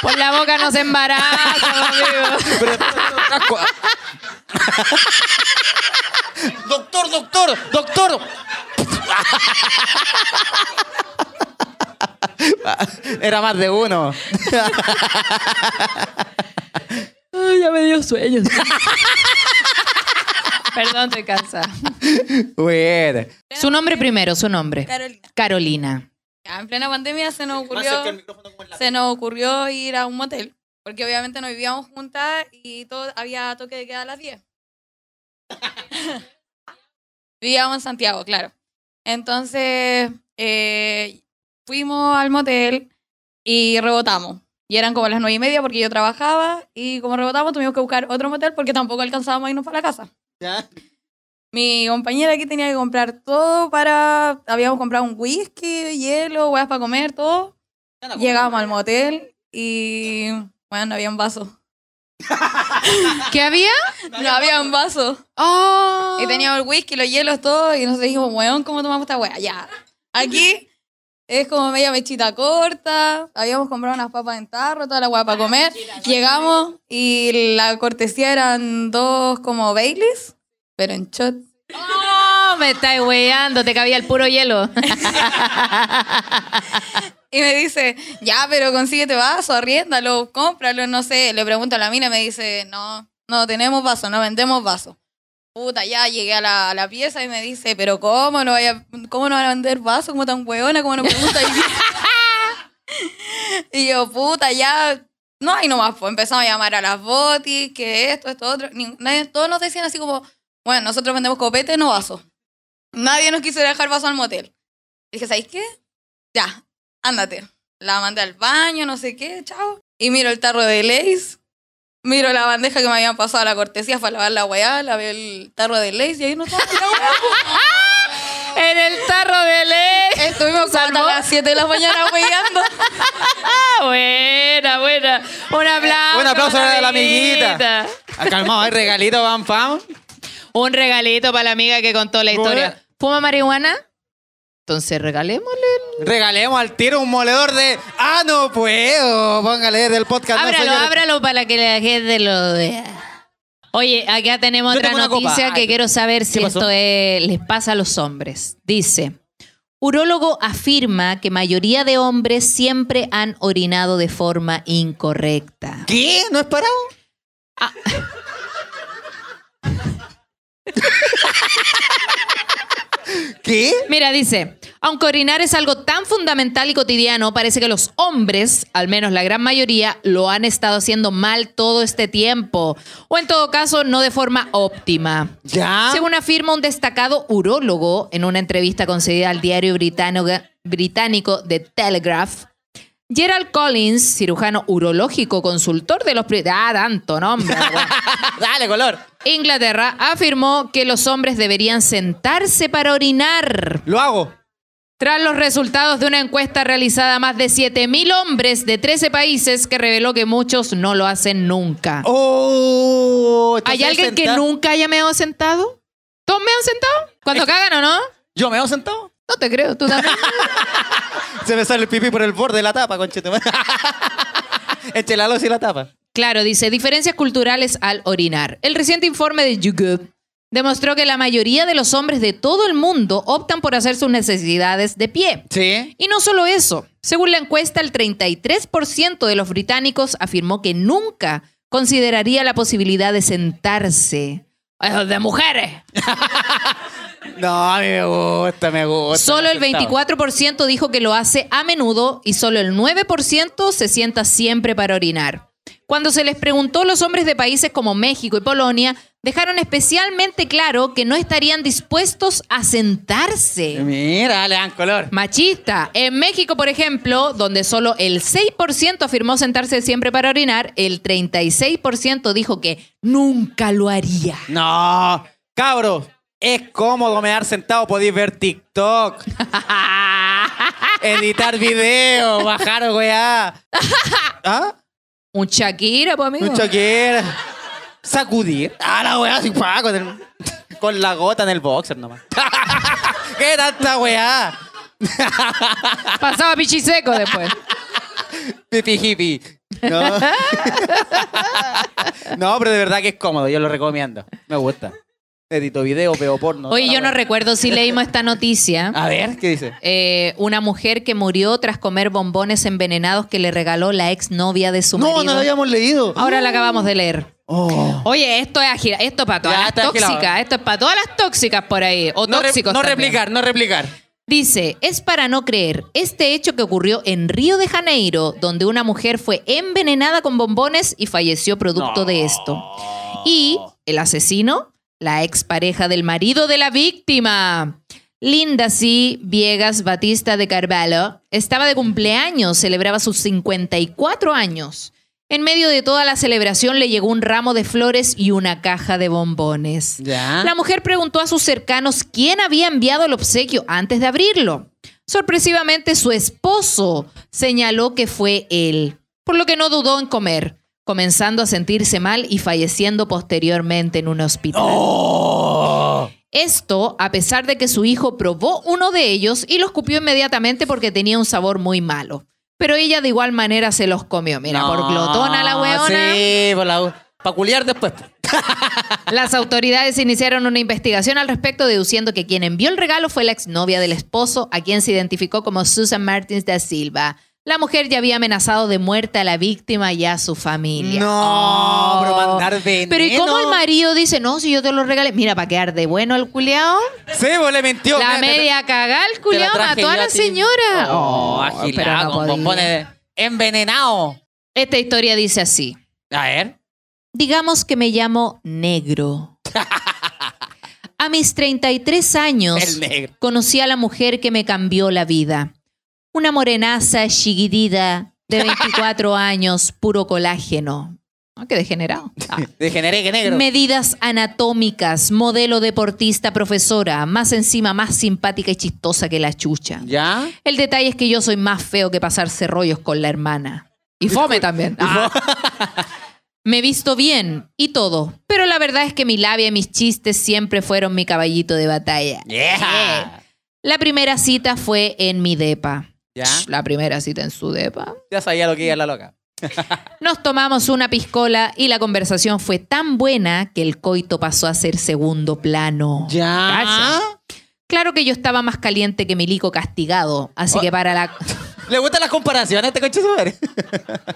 Speaker 2: Por la boca no se embaraza, amigo.
Speaker 11: Doctor, doctor, doctor. Era más de uno.
Speaker 2: Ay, ya me dio sueños. Perdón, estoy cansada.
Speaker 11: Bueno.
Speaker 2: Su nombre primero, su nombre.
Speaker 10: Carolina.
Speaker 2: Carolina.
Speaker 10: Ya, en plena pandemia se nos ocurrió, se nos ocurrió ir a un motel. Porque obviamente no vivíamos juntas y todo, había toque de queda a las 10. vivíamos en Santiago, claro. Entonces eh, fuimos al motel y rebotamos. Y eran como las nueve y media porque yo trabajaba y como rebotamos tuvimos que buscar otro motel porque tampoco alcanzábamos a irnos para la casa. Mi compañera aquí tenía que comprar todo para. Habíamos comprado un whisky, hielo, huevas para comer, todo. Llegamos al motel y. Bueno, no había un vaso.
Speaker 2: ¿Qué había?
Speaker 10: No había un vaso.
Speaker 2: Oh.
Speaker 10: Y teníamos el whisky, los hielos, todo. Y nosotros dijimos, weón, ¿cómo tomamos esta wea? Ya. Aquí es como media mechita corta. Habíamos comprado unas papas en tarro, toda la wea para comer. Llegamos y la cortesía eran dos como Baileys, pero en shot.
Speaker 2: Oh, me estáis weando, te cabía el puro hielo.
Speaker 10: Y me dice, ya, pero consíguete vaso, arriéndalo, cómpralo, no sé. Le pregunto a la mina y me dice, no, no tenemos vaso, no vendemos vaso. Puta, ya llegué a la, a la pieza y me dice, pero ¿cómo no, vaya, cómo no van a vender vaso? ¿Cómo tan hueona? ¿Cómo no preguntas? y yo, puta, ya. No, y nomás, pues empezamos a llamar a las botis, que esto, esto, otro. Ni- nadie- todos nos decían así como, bueno, nosotros vendemos copete, no vaso. Nadie nos quiso dejar vaso al motel. Dije, ¿sabéis qué? Ya, ándate. La mandé al baño, no sé qué, chao. Y miro el tarro de Lays. Miro la bandeja que me habían pasado a la cortesía para lavar la weá, la veo el tarro de Lays y ahí no estaba la weá.
Speaker 2: en el tarro de leche.
Speaker 10: Estuvimos como hasta
Speaker 2: ¿Salvó?
Speaker 10: las 7 de la mañana weyando.
Speaker 2: Ah, buena, buena. Un aplauso.
Speaker 11: Un aplauso
Speaker 2: para
Speaker 11: a la amiguita. Calmado, hay regalito, van, pam.
Speaker 2: Un regalito para la amiga que contó la historia. ¿Fuma marihuana? Entonces regalémosle.
Speaker 11: Regalemos al tiro un moledor de. ¡Ah, no puedo! Póngale del podcast. no,
Speaker 2: Ábralo,
Speaker 11: señores.
Speaker 2: ábralo para que la gente lo vea. Oye, acá tenemos
Speaker 11: Yo
Speaker 2: otra
Speaker 11: tengo una copa.
Speaker 2: noticia que
Speaker 11: Ay.
Speaker 2: quiero saber si
Speaker 11: ¿Qué pasó?
Speaker 2: esto es- les pasa a los hombres. Dice, Urólogo afirma que mayoría de hombres siempre han orinado de forma incorrecta.
Speaker 1: ¿Qué? ¿No es parado?
Speaker 11: Ah.
Speaker 1: ¿Qué?
Speaker 2: Mira, dice, aunque orinar es algo tan fundamental y cotidiano, parece que los hombres, al menos la gran mayoría, lo han estado haciendo mal todo este tiempo, o en todo caso, no de forma óptima.
Speaker 1: ¿Ya?
Speaker 2: Según afirma un destacado urólogo en una entrevista concedida al diario britano- británico The Telegraph, Gerald Collins, cirujano urológico, consultor de los... pri- Ah, tanto nombre. weón.
Speaker 11: Dale, color.
Speaker 2: Inglaterra afirmó que los hombres deberían sentarse para orinar.
Speaker 1: Lo hago.
Speaker 2: Tras los resultados de una encuesta realizada a más de 7.000 hombres de 13 países que reveló que muchos no lo hacen nunca.
Speaker 1: Oh,
Speaker 2: ¿Hay
Speaker 1: entonces
Speaker 2: alguien que
Speaker 1: senta-
Speaker 2: nunca haya meado sentado? ¿Todos me han sentado? Cuando cagan o no?
Speaker 1: ¿Yo me he sentado?
Speaker 2: No te creo, tú también.
Speaker 1: Se me sale el pipí por el borde de la tapa, conchete. Eche la luz y la tapa.
Speaker 2: Claro, dice, diferencias culturales al orinar. El reciente informe de YouGov demostró que la mayoría de los hombres de todo el mundo optan por hacer sus necesidades de pie.
Speaker 1: Sí.
Speaker 2: Y no solo eso, según la encuesta, el 33% de los británicos afirmó que nunca consideraría la posibilidad de sentarse. Eh, De mujeres.
Speaker 1: No, a mí me gusta, me gusta.
Speaker 2: Solo el
Speaker 1: Sentado.
Speaker 2: 24% dijo que lo hace a menudo y solo el 9% se sienta siempre para orinar. Cuando se les preguntó, los hombres de países como México y Polonia dejaron especialmente claro que no estarían dispuestos a sentarse.
Speaker 1: Mira, le dan color.
Speaker 2: Machista. En México, por ejemplo, donde solo el 6% afirmó sentarse siempre para orinar, el 36% dijo que nunca lo haría.
Speaker 1: No, cabros, es cómodo mear sentado, podéis ver TikTok, editar video, bajar weá. ¿Ah?
Speaker 2: Un Shakira, pues amigo.
Speaker 1: Un choquer. Sacudir. Ah, la weá, sin pa, con, el- con la gota en el boxer nomás. ¿Qué tanta weá?
Speaker 2: Pasaba pichiseco después.
Speaker 1: Pipi hippie. No. no, pero de verdad que es cómodo, yo lo recomiendo. Me gusta. Edito video, veo porno.
Speaker 2: Oye,
Speaker 1: toda
Speaker 2: yo
Speaker 1: la
Speaker 2: no
Speaker 1: weá.
Speaker 2: recuerdo si leímos esta noticia.
Speaker 1: A ver, ¿qué dice?
Speaker 2: Eh, una mujer que murió tras comer bombones envenenados que le regaló la exnovia de su
Speaker 1: No, Ah.
Speaker 2: marido.
Speaker 1: no lo habíamos leído.
Speaker 2: Ahora la acabamos de leer.
Speaker 1: Oh.
Speaker 2: Oye, esto es ágil, esto es para todas
Speaker 1: Ya,
Speaker 2: las
Speaker 1: está agilado.
Speaker 2: tóxicas, esto es para todas las tóxicas por ahí, o
Speaker 1: No, re-
Speaker 2: tóxicos
Speaker 1: no
Speaker 2: también.
Speaker 1: replicar, no replicar.
Speaker 2: Dice, es para no creer, este hecho que ocurrió en Río de Janeiro, donde una mujer fue envenenada con bombones y falleció producto de esto. Y el asesino, la expareja del marido de la víctima. Linda C. Viegas Batista de Carvalho estaba de cumpleaños, celebraba sus 54 años. En medio de toda la celebración le llegó un ramo de flores y una caja de bombones.
Speaker 1: Ya.
Speaker 2: La mujer preguntó a sus cercanos quién había enviado el obsequio antes de abrirlo. Sorpresivamente, su esposo señaló que fue él, por lo que no dudó en comer, comenzando a sentirse mal y falleciendo posteriormente en un hospital. Esto a pesar de que su hijo probó uno de ellos y lo escupió inmediatamente porque tenía un sabor muy malo. Pero ella de igual manera se los comió. Mira, por glotona la weona.
Speaker 11: Sí, por la. Peculiar después.
Speaker 2: Las autoridades iniciaron una investigación al respecto, deduciendo que quien envió el regalo fue la exnovia del esposo, a quien se identificó como Susan Martins da Silva. La mujer ya había amenazado de muerte a la víctima y a su familia.
Speaker 1: No,
Speaker 2: Oh.
Speaker 1: pero mandar veneno.
Speaker 2: Pero ¿y cómo el marido dice, no, si yo te lo regalé? Mira, para quedar de bueno el culiao.
Speaker 1: Sí, vos le mintió.
Speaker 2: La
Speaker 1: mira, te-
Speaker 2: media cagada, el culiao
Speaker 11: traje
Speaker 2: mató a
Speaker 11: yo
Speaker 2: la
Speaker 11: a ti.
Speaker 2: señora.
Speaker 11: Oh,
Speaker 2: Oh, pero
Speaker 11: agilado,
Speaker 2: no
Speaker 11: con
Speaker 2: podía.
Speaker 11: bombones envenenado.
Speaker 2: Esta historia dice así.
Speaker 11: A ver.
Speaker 2: Digamos que me llamo negro. A mis 33 años
Speaker 11: El negro.
Speaker 2: conocí a la mujer que me cambió la vida. Una morenaza chiguidida de 24 años, puro colágeno. Ah, qué degenerado. Ah.
Speaker 11: Degeneré que negro.
Speaker 2: Medidas anatómicas, modelo deportista, profesora, más encima más simpática y chistosa que la chucha.
Speaker 11: ¿Ya?
Speaker 2: El detalle es que yo soy más feo que pasarse rollos con la hermana. Y fome también. Ah. Me he visto bien y todo. Pero la verdad es que mi labia y mis chistes siempre fueron mi caballito de batalla.
Speaker 11: Yeah.
Speaker 2: La primera cita fue en mi depa.
Speaker 11: ¿Ya?
Speaker 2: La primera cita en su depa.
Speaker 11: Ya sabía lo que iba la loca.
Speaker 2: Nos tomamos una piscola y la conversación fue tan buena que el coito pasó a ser segundo plano.
Speaker 11: ¿Ya?
Speaker 2: Cacha. Claro que yo estaba más caliente que Milico castigado, así que para la
Speaker 1: ¿Le gustan las comparaciones a este coche madre?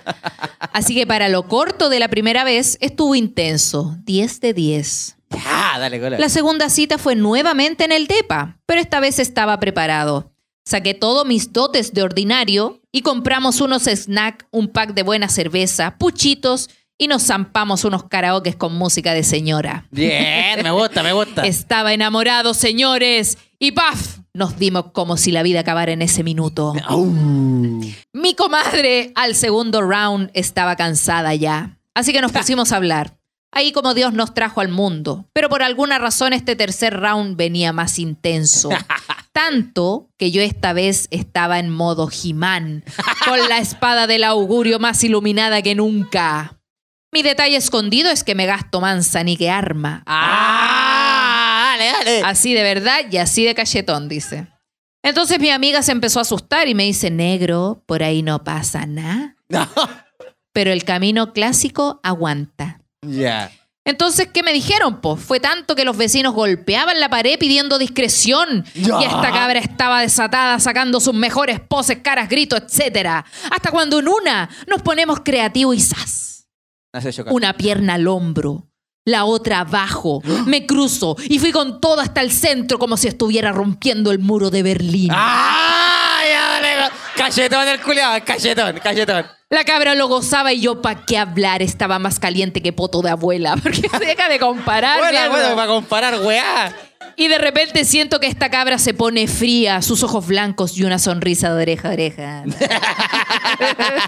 Speaker 2: así que para lo corto de la primera vez estuvo intenso, 10 de 10.
Speaker 1: Ah, dale, cola.
Speaker 2: La segunda cita fue nuevamente en el DEPA, pero esta vez estaba preparado. Saqué todos mis dotes de ordinario y compramos unos snacks, un pack de buena cerveza, puchitos y nos zampamos unos karaokes con música de señora.
Speaker 1: Bien, me gusta, me gusta.
Speaker 2: Estaba enamorado, señores, y ¡paf! Nos dimos como si la vida acabara en ese minuto. Mi comadre al segundo round estaba cansada ya, así que nos pusimos a hablar. Ahí como Dios nos trajo al mundo, pero por alguna razón este tercer round venía más intenso. Tanto que yo esta vez estaba en modo Jimán, con la espada del augurio más iluminada que nunca. Mi detalle escondido es que me gasto mansa ni que arma.
Speaker 1: Ah, Dale, dale.
Speaker 2: Así de verdad y así de cachetón, dice. Entonces mi amiga se empezó a asustar y me dice, negro, por ahí no pasa nada. Pero el camino clásico aguanta.
Speaker 1: Ya.
Speaker 2: Entonces, ¿qué me dijeron? Pues fue tanto que los vecinos golpeaban la pared pidiendo discreción.
Speaker 1: Ya.
Speaker 2: Y esta cabra estaba desatada, sacando sus mejores poses, caras, gritos, etcétera. Hasta cuando en una nos ponemos creativos y ¡zas!
Speaker 1: No se choca.
Speaker 2: una pierna al hombro, la otra abajo.
Speaker 1: ¡Ah!
Speaker 2: Me cruzo y fui con todo hasta el centro como si estuviera rompiendo el muro de Berlín.
Speaker 1: ¡Ah! Ya, dale. Cachetón el culiado, cachetón, cachetón.
Speaker 2: La cabra lo gozaba y yo, ¿pa' qué hablar? Estaba más caliente que poto de abuela. Porque se deja de comparar.
Speaker 1: Bueno,
Speaker 2: mierda.
Speaker 1: bueno, para comparar, weá.
Speaker 2: Y de repente siento que esta cabra se pone fría, sus ojos blancos y una sonrisa de oreja a oreja.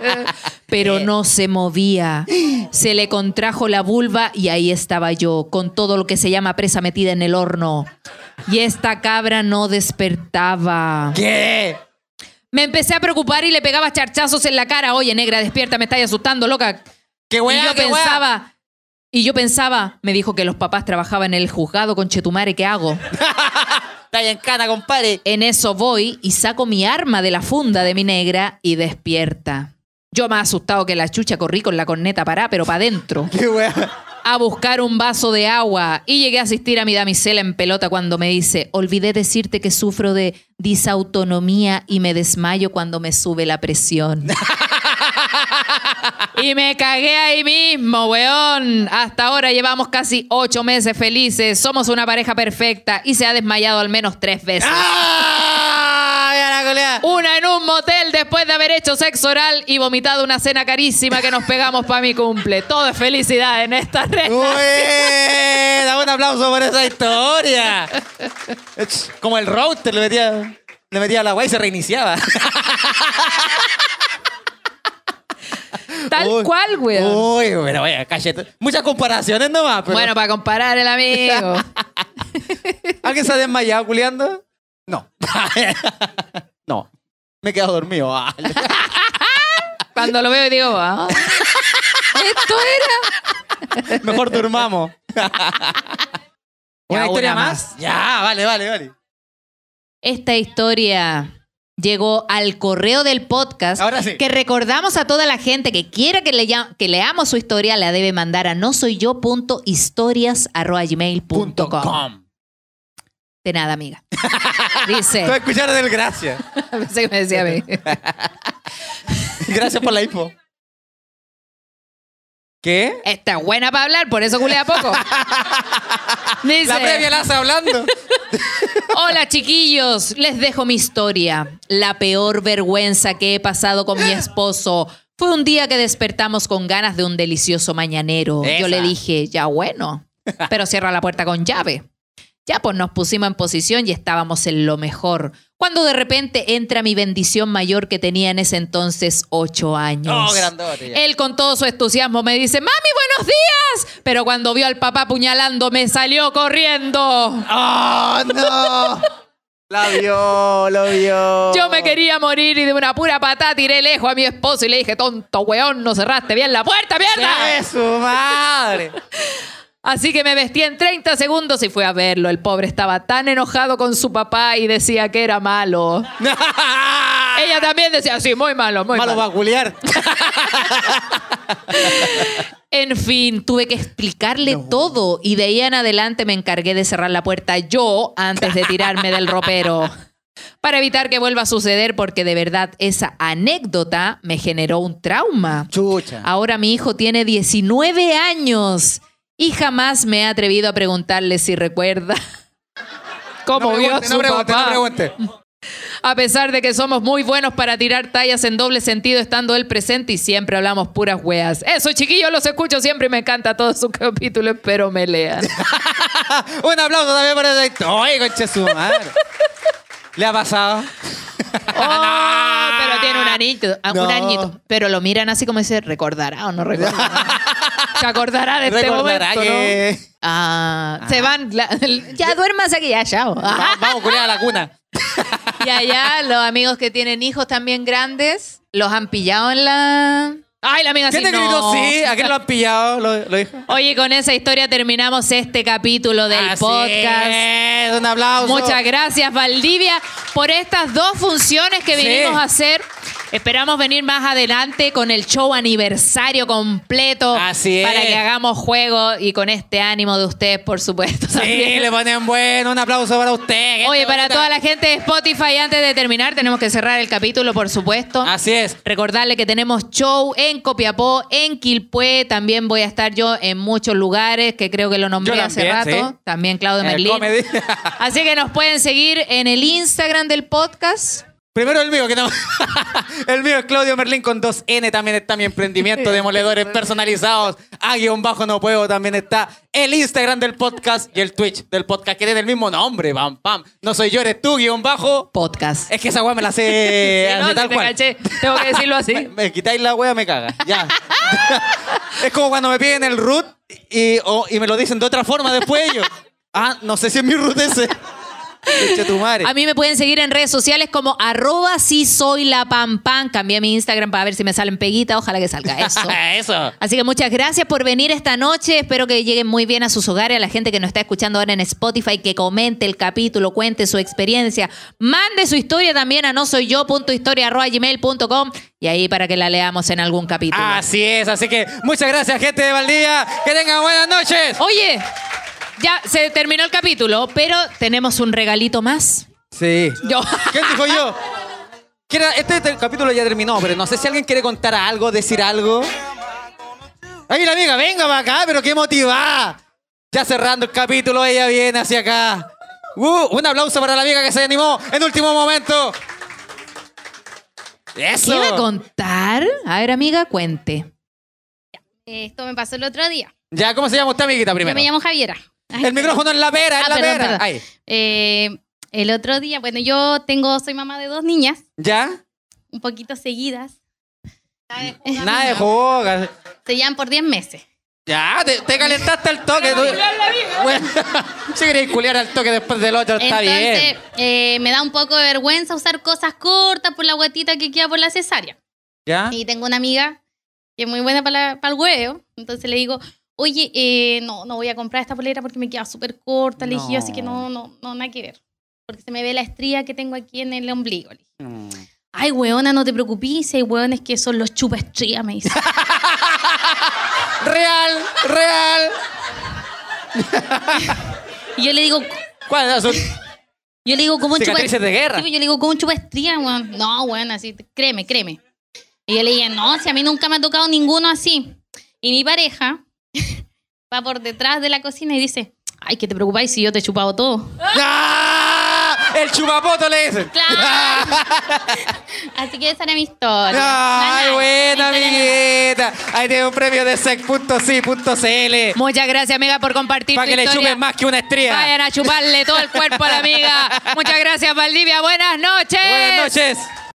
Speaker 1: Eh.
Speaker 2: Pero no se movía. Se le contrajo la vulva y ahí estaba yo, con todo lo que se llama presa metida en el horno. Y esta cabra no despertaba.
Speaker 1: ¿Qué?
Speaker 2: Me empecé a preocupar y le pegaba charchazos en la cara. Oye, negra, despierta, me estás asustando, loca.
Speaker 1: ¿Qué weá?
Speaker 2: y yo
Speaker 1: qué weá?
Speaker 2: pensaba, y yo pensaba, me dijo que los papás trabajaban en el juzgado con Chetumare, ¿qué hago?
Speaker 1: Está ahí en cana, compadre.
Speaker 2: En eso voy y saco mi arma de la funda de mi negra y despierta. Yo más asustado que la chucha corrí con la corneta pará, pero para adentro.
Speaker 1: ¿Qué weá?
Speaker 2: A buscar un vaso de agua y llegué a asistir a mi damisela en pelota cuando me dice, olvidé decirte que sufro de disautonomía y me desmayo cuando me sube la presión. y me cagué ahí mismo, weón. Hasta ahora llevamos casi ocho meses felices, somos una pareja perfecta y se ha desmayado al menos tres veces.
Speaker 1: ¡Ah! Ya la culiada.
Speaker 2: Una en un motel después de haber hecho sexo oral y vomitado una cena carísima que nos pegamos para mi cumple. Todo es felicidad en esta red.
Speaker 1: Oh, Buena, un aplauso por esa historia. Como el router le metía, le metía la agua y se reiniciaba.
Speaker 2: Tal
Speaker 1: Uy.
Speaker 2: cual, güey.
Speaker 1: Uy, bueno, vaya, cachetón. Muchas comparaciones nomás, oh, pero
Speaker 2: Bueno, para comparar el amigo.
Speaker 1: ¿alguien se ha desmayado culiando? No. no. Me he quedado dormido. Ah,
Speaker 2: Cuando lo veo digo, ah, esto era.
Speaker 1: Mejor durmamos.
Speaker 2: Ya,
Speaker 1: ¿Una historia
Speaker 2: una
Speaker 1: más? Ya, vale, vale, vale.
Speaker 2: Esta historia llegó al correo del podcast.
Speaker 1: Ahora sí.
Speaker 2: Que recordamos a toda la gente que quiera que, lea- que leamos su historia, la debe mandar a no soy
Speaker 1: com.
Speaker 2: De nada, amiga. Dice.
Speaker 1: Tú escucharon el gracias.
Speaker 2: Pensé que me decía a mí.
Speaker 1: Gracias por la info. ¿Qué?
Speaker 2: Está buena para hablar, por eso culea poco. Dice,
Speaker 1: La previa la hace hablando.
Speaker 2: hola chiquillos, les dejo mi historia. La peor vergüenza que he pasado con mi esposo fue un día que despertamos con ganas de un delicioso mañanero. Yo
Speaker 1: Esa.
Speaker 2: le dije, ya bueno, pero cierra la puerta con llave. Ya pues nos pusimos en posición y estábamos en lo mejor. Cuando de repente entra mi bendición mayor que tenía en ese entonces ocho años.
Speaker 1: No, Oh, grandote. ya.
Speaker 2: Él con todo su entusiasmo me dice, mami, buenos días. Pero cuando vio al papá apuñalando, me salió corriendo.
Speaker 1: ¡Oh, no! La vio, lo vio.
Speaker 2: Yo me quería morir y de una pura patada tiré lejos a mi esposo Ah. y le dije, tonto, weón, no cerraste bien la puerta, mierda.
Speaker 1: ¡Es su madre!
Speaker 2: Así que me vestí en 30 segundos y fui a verlo. El pobre estaba tan enojado con su papá y decía que era malo. Ella también decía, sí, muy malo, muy malo.
Speaker 1: Ah. Malo va a culiar.
Speaker 2: En fin, tuve que explicarle todo y de ahí en adelante me encargué de cerrar la puerta yo antes de tirarme del ropero. Para evitar que vuelva a suceder, porque de verdad esa anécdota me generó un trauma.
Speaker 1: Chucha.
Speaker 2: Ahora mi hijo tiene 19 años y jamás me he atrevido a preguntarle si recuerda cómo vio a su papá. A pesar de que somos muy buenos para tirar tallas en doble sentido estando él presente y siempre hablamos puras weas. Eso, chiquillos, los escucho siempre y me encanta todo su capítulo, espero me lean.
Speaker 1: Un aplauso también para esa Oye, concha su madre. ¿Le ha pasado?
Speaker 2: Oh, pero tiene un añito, ah,
Speaker 1: No.
Speaker 2: un añito. Pero lo miran así como dice, ¿recordará o no recordará? Se acordará de este momento,
Speaker 1: Recordará
Speaker 2: ¿no?
Speaker 1: que...
Speaker 2: Ah, se van. la- ya duermas aquí, ya, chao. Ah.
Speaker 1: Va- Vamos a culiar a la cuna.
Speaker 2: Y allá los amigos que tienen hijos también grandes, los han pillado en la... Ay, la amiga
Speaker 1: ¿Qué
Speaker 2: sí,
Speaker 1: te gritó?
Speaker 2: no.
Speaker 1: Sí, ¿a qué lo han pillado? ¿Lo, lo dijo?
Speaker 2: Oye, con esa historia terminamos este capítulo del
Speaker 1: Así
Speaker 2: podcast.
Speaker 1: es, un aplauso.
Speaker 2: Muchas gracias, Valdivia, por estas dos funciones que
Speaker 1: Sí.
Speaker 2: vinimos a hacer. Esperamos venir más adelante con el show aniversario completo
Speaker 1: Así es.
Speaker 2: para que hagamos juego y con este ánimo de ustedes, por supuesto.
Speaker 1: Sí,
Speaker 2: también.
Speaker 1: le ponen bueno. Un aplauso para usted.
Speaker 2: Oye, para
Speaker 1: bonita.
Speaker 2: toda la gente de Spotify, antes de terminar, tenemos que cerrar el capítulo, por supuesto.
Speaker 1: Así es.
Speaker 2: Recordarle que tenemos show en Copiapó, en Quilpué. También voy a estar yo en muchos lugares, que creo que lo nombré
Speaker 1: Yo
Speaker 2: hace
Speaker 1: también,
Speaker 2: rato.
Speaker 1: sí.
Speaker 2: También Claudio
Speaker 1: En el
Speaker 2: Merlín.
Speaker 1: comedy.
Speaker 2: Así que nos pueden seguir en el Instagram del podcast.
Speaker 1: Primero el mío, que no. el mío es Claudio Merlín con 2N. También está mi emprendimiento, demoledores personalizados. A guión bajo no puedo. También está el Instagram del podcast y el Twitch del podcast, que tiene el mismo nombre. Pam, pam. No soy yo, eres tú, guión bajo.
Speaker 2: Podcast.
Speaker 1: Es que esa weá me la sé.
Speaker 2: Sí,
Speaker 1: de
Speaker 2: no, sí
Speaker 1: Eh, tal
Speaker 2: te
Speaker 1: cual.
Speaker 2: caché. Tengo que decirlo así.
Speaker 1: Me, me quitáis la wea, me caga. Ya. es como cuando me piden el root y, o- y me lo dicen de otra forma después ellos. Ah, no sé si es mi root ese. Eche tu madre.
Speaker 2: A mí me pueden seguir en redes sociales como arroba si soy la pam pam. Cambié mi Instagram para ver si me salen peguitas. Ojalá que salga eso.
Speaker 1: Eso.
Speaker 2: Así que muchas gracias por venir esta noche. Espero que lleguen muy bien a sus hogares, a la gente que nos está escuchando ahora en Spotify, que comente el capítulo, cuente su experiencia, mande su historia también a no soy yo y ahí para que la leamos en algún capítulo.
Speaker 1: Así es, así que muchas gracias, gente de Valdivia. Que tengan buenas noches.
Speaker 2: Oye, ya se terminó el capítulo, pero tenemos un regalito más.
Speaker 1: Sí.
Speaker 2: Yo.
Speaker 1: ¿Qué dijo yo? Que era- Este, este capítulo ya terminó, pero no sé si alguien quiere contar algo, decir algo. Ay, la amiga, venga para acá, pero qué motivada. Ya cerrando el capítulo, ella viene hacia acá. Uh, un aplauso para la amiga que se animó en último momento. Eso.
Speaker 2: ¿Qué va a contar? A ver, amiga, cuente.
Speaker 12: Eh, Esto me pasó el otro día.
Speaker 1: Ya, ¿cómo se llama usted, amiguita,
Speaker 12: Yo
Speaker 1: primero?
Speaker 12: me llamo Javiera. Ay,
Speaker 1: El micrófono en la pera, en
Speaker 12: Ah,
Speaker 1: la
Speaker 12: perdón,
Speaker 1: pera.
Speaker 12: perdón.
Speaker 1: Ahí.
Speaker 12: Eh, el otro día, bueno, yo tengo, soy mamá de dos niñas,
Speaker 1: ¿Ya?
Speaker 12: un poquito seguidas. Eh,
Speaker 1: Nada de jugo.
Speaker 12: Se llevan por 10 meses.
Speaker 1: Ya, te, te calentaste al toque. tú. Bueno, si queréis culiar al toque después del otro, está
Speaker 12: Entonces,
Speaker 1: bien.
Speaker 12: eh, me da un poco de vergüenza usar cosas cortas por la guatita que queda por la cesárea.
Speaker 1: ¿Ya?
Speaker 12: Y tengo una amiga que es muy buena para, la- para el huevo. Entonces le digo, oye, eh, no, no voy a comprar esta polera porque me queda súper corta. Le dije yo, así que no, no, no, nada que ver. Porque se me ve la estría que tengo aquí en el ombligo. Le dije, Ay, weona, no te preocupes. Hay weones que son los chupestrías, me dice.
Speaker 1: Real, real.
Speaker 12: Y yo le digo,
Speaker 1: ¿Cuál es su-
Speaker 12: yo le digo, ¿cómo un
Speaker 1: Cicatrices
Speaker 12: chupa-
Speaker 1: de guerra.
Speaker 12: Sí, pues, yo le digo, ¿cómo un chupestría, weón? No, weón, así, créeme, créeme. Y yo le dije, no, si a mí nunca me ha tocado ninguno así. Y mi pareja va por detrás de la cocina y dice, ay, que te preocupáis si yo te he chupado todo.
Speaker 1: ¡Ah! El chupapoto le dicen.
Speaker 12: Claro. así que esa era mi historia.
Speaker 1: Ay,
Speaker 12: Banal,
Speaker 1: buena
Speaker 12: esa era mi-
Speaker 1: amiguita. Ahí tiene un premio de sec.si.cl.
Speaker 2: Muchas gracias, amiga, por compartir
Speaker 1: Para
Speaker 2: tu
Speaker 1: que le
Speaker 2: historia.
Speaker 1: chupen más que una estría.
Speaker 2: Vayan a chuparle todo el cuerpo a la amiga. Muchas gracias, Valdivia. Buenas noches.
Speaker 1: Buenas noches.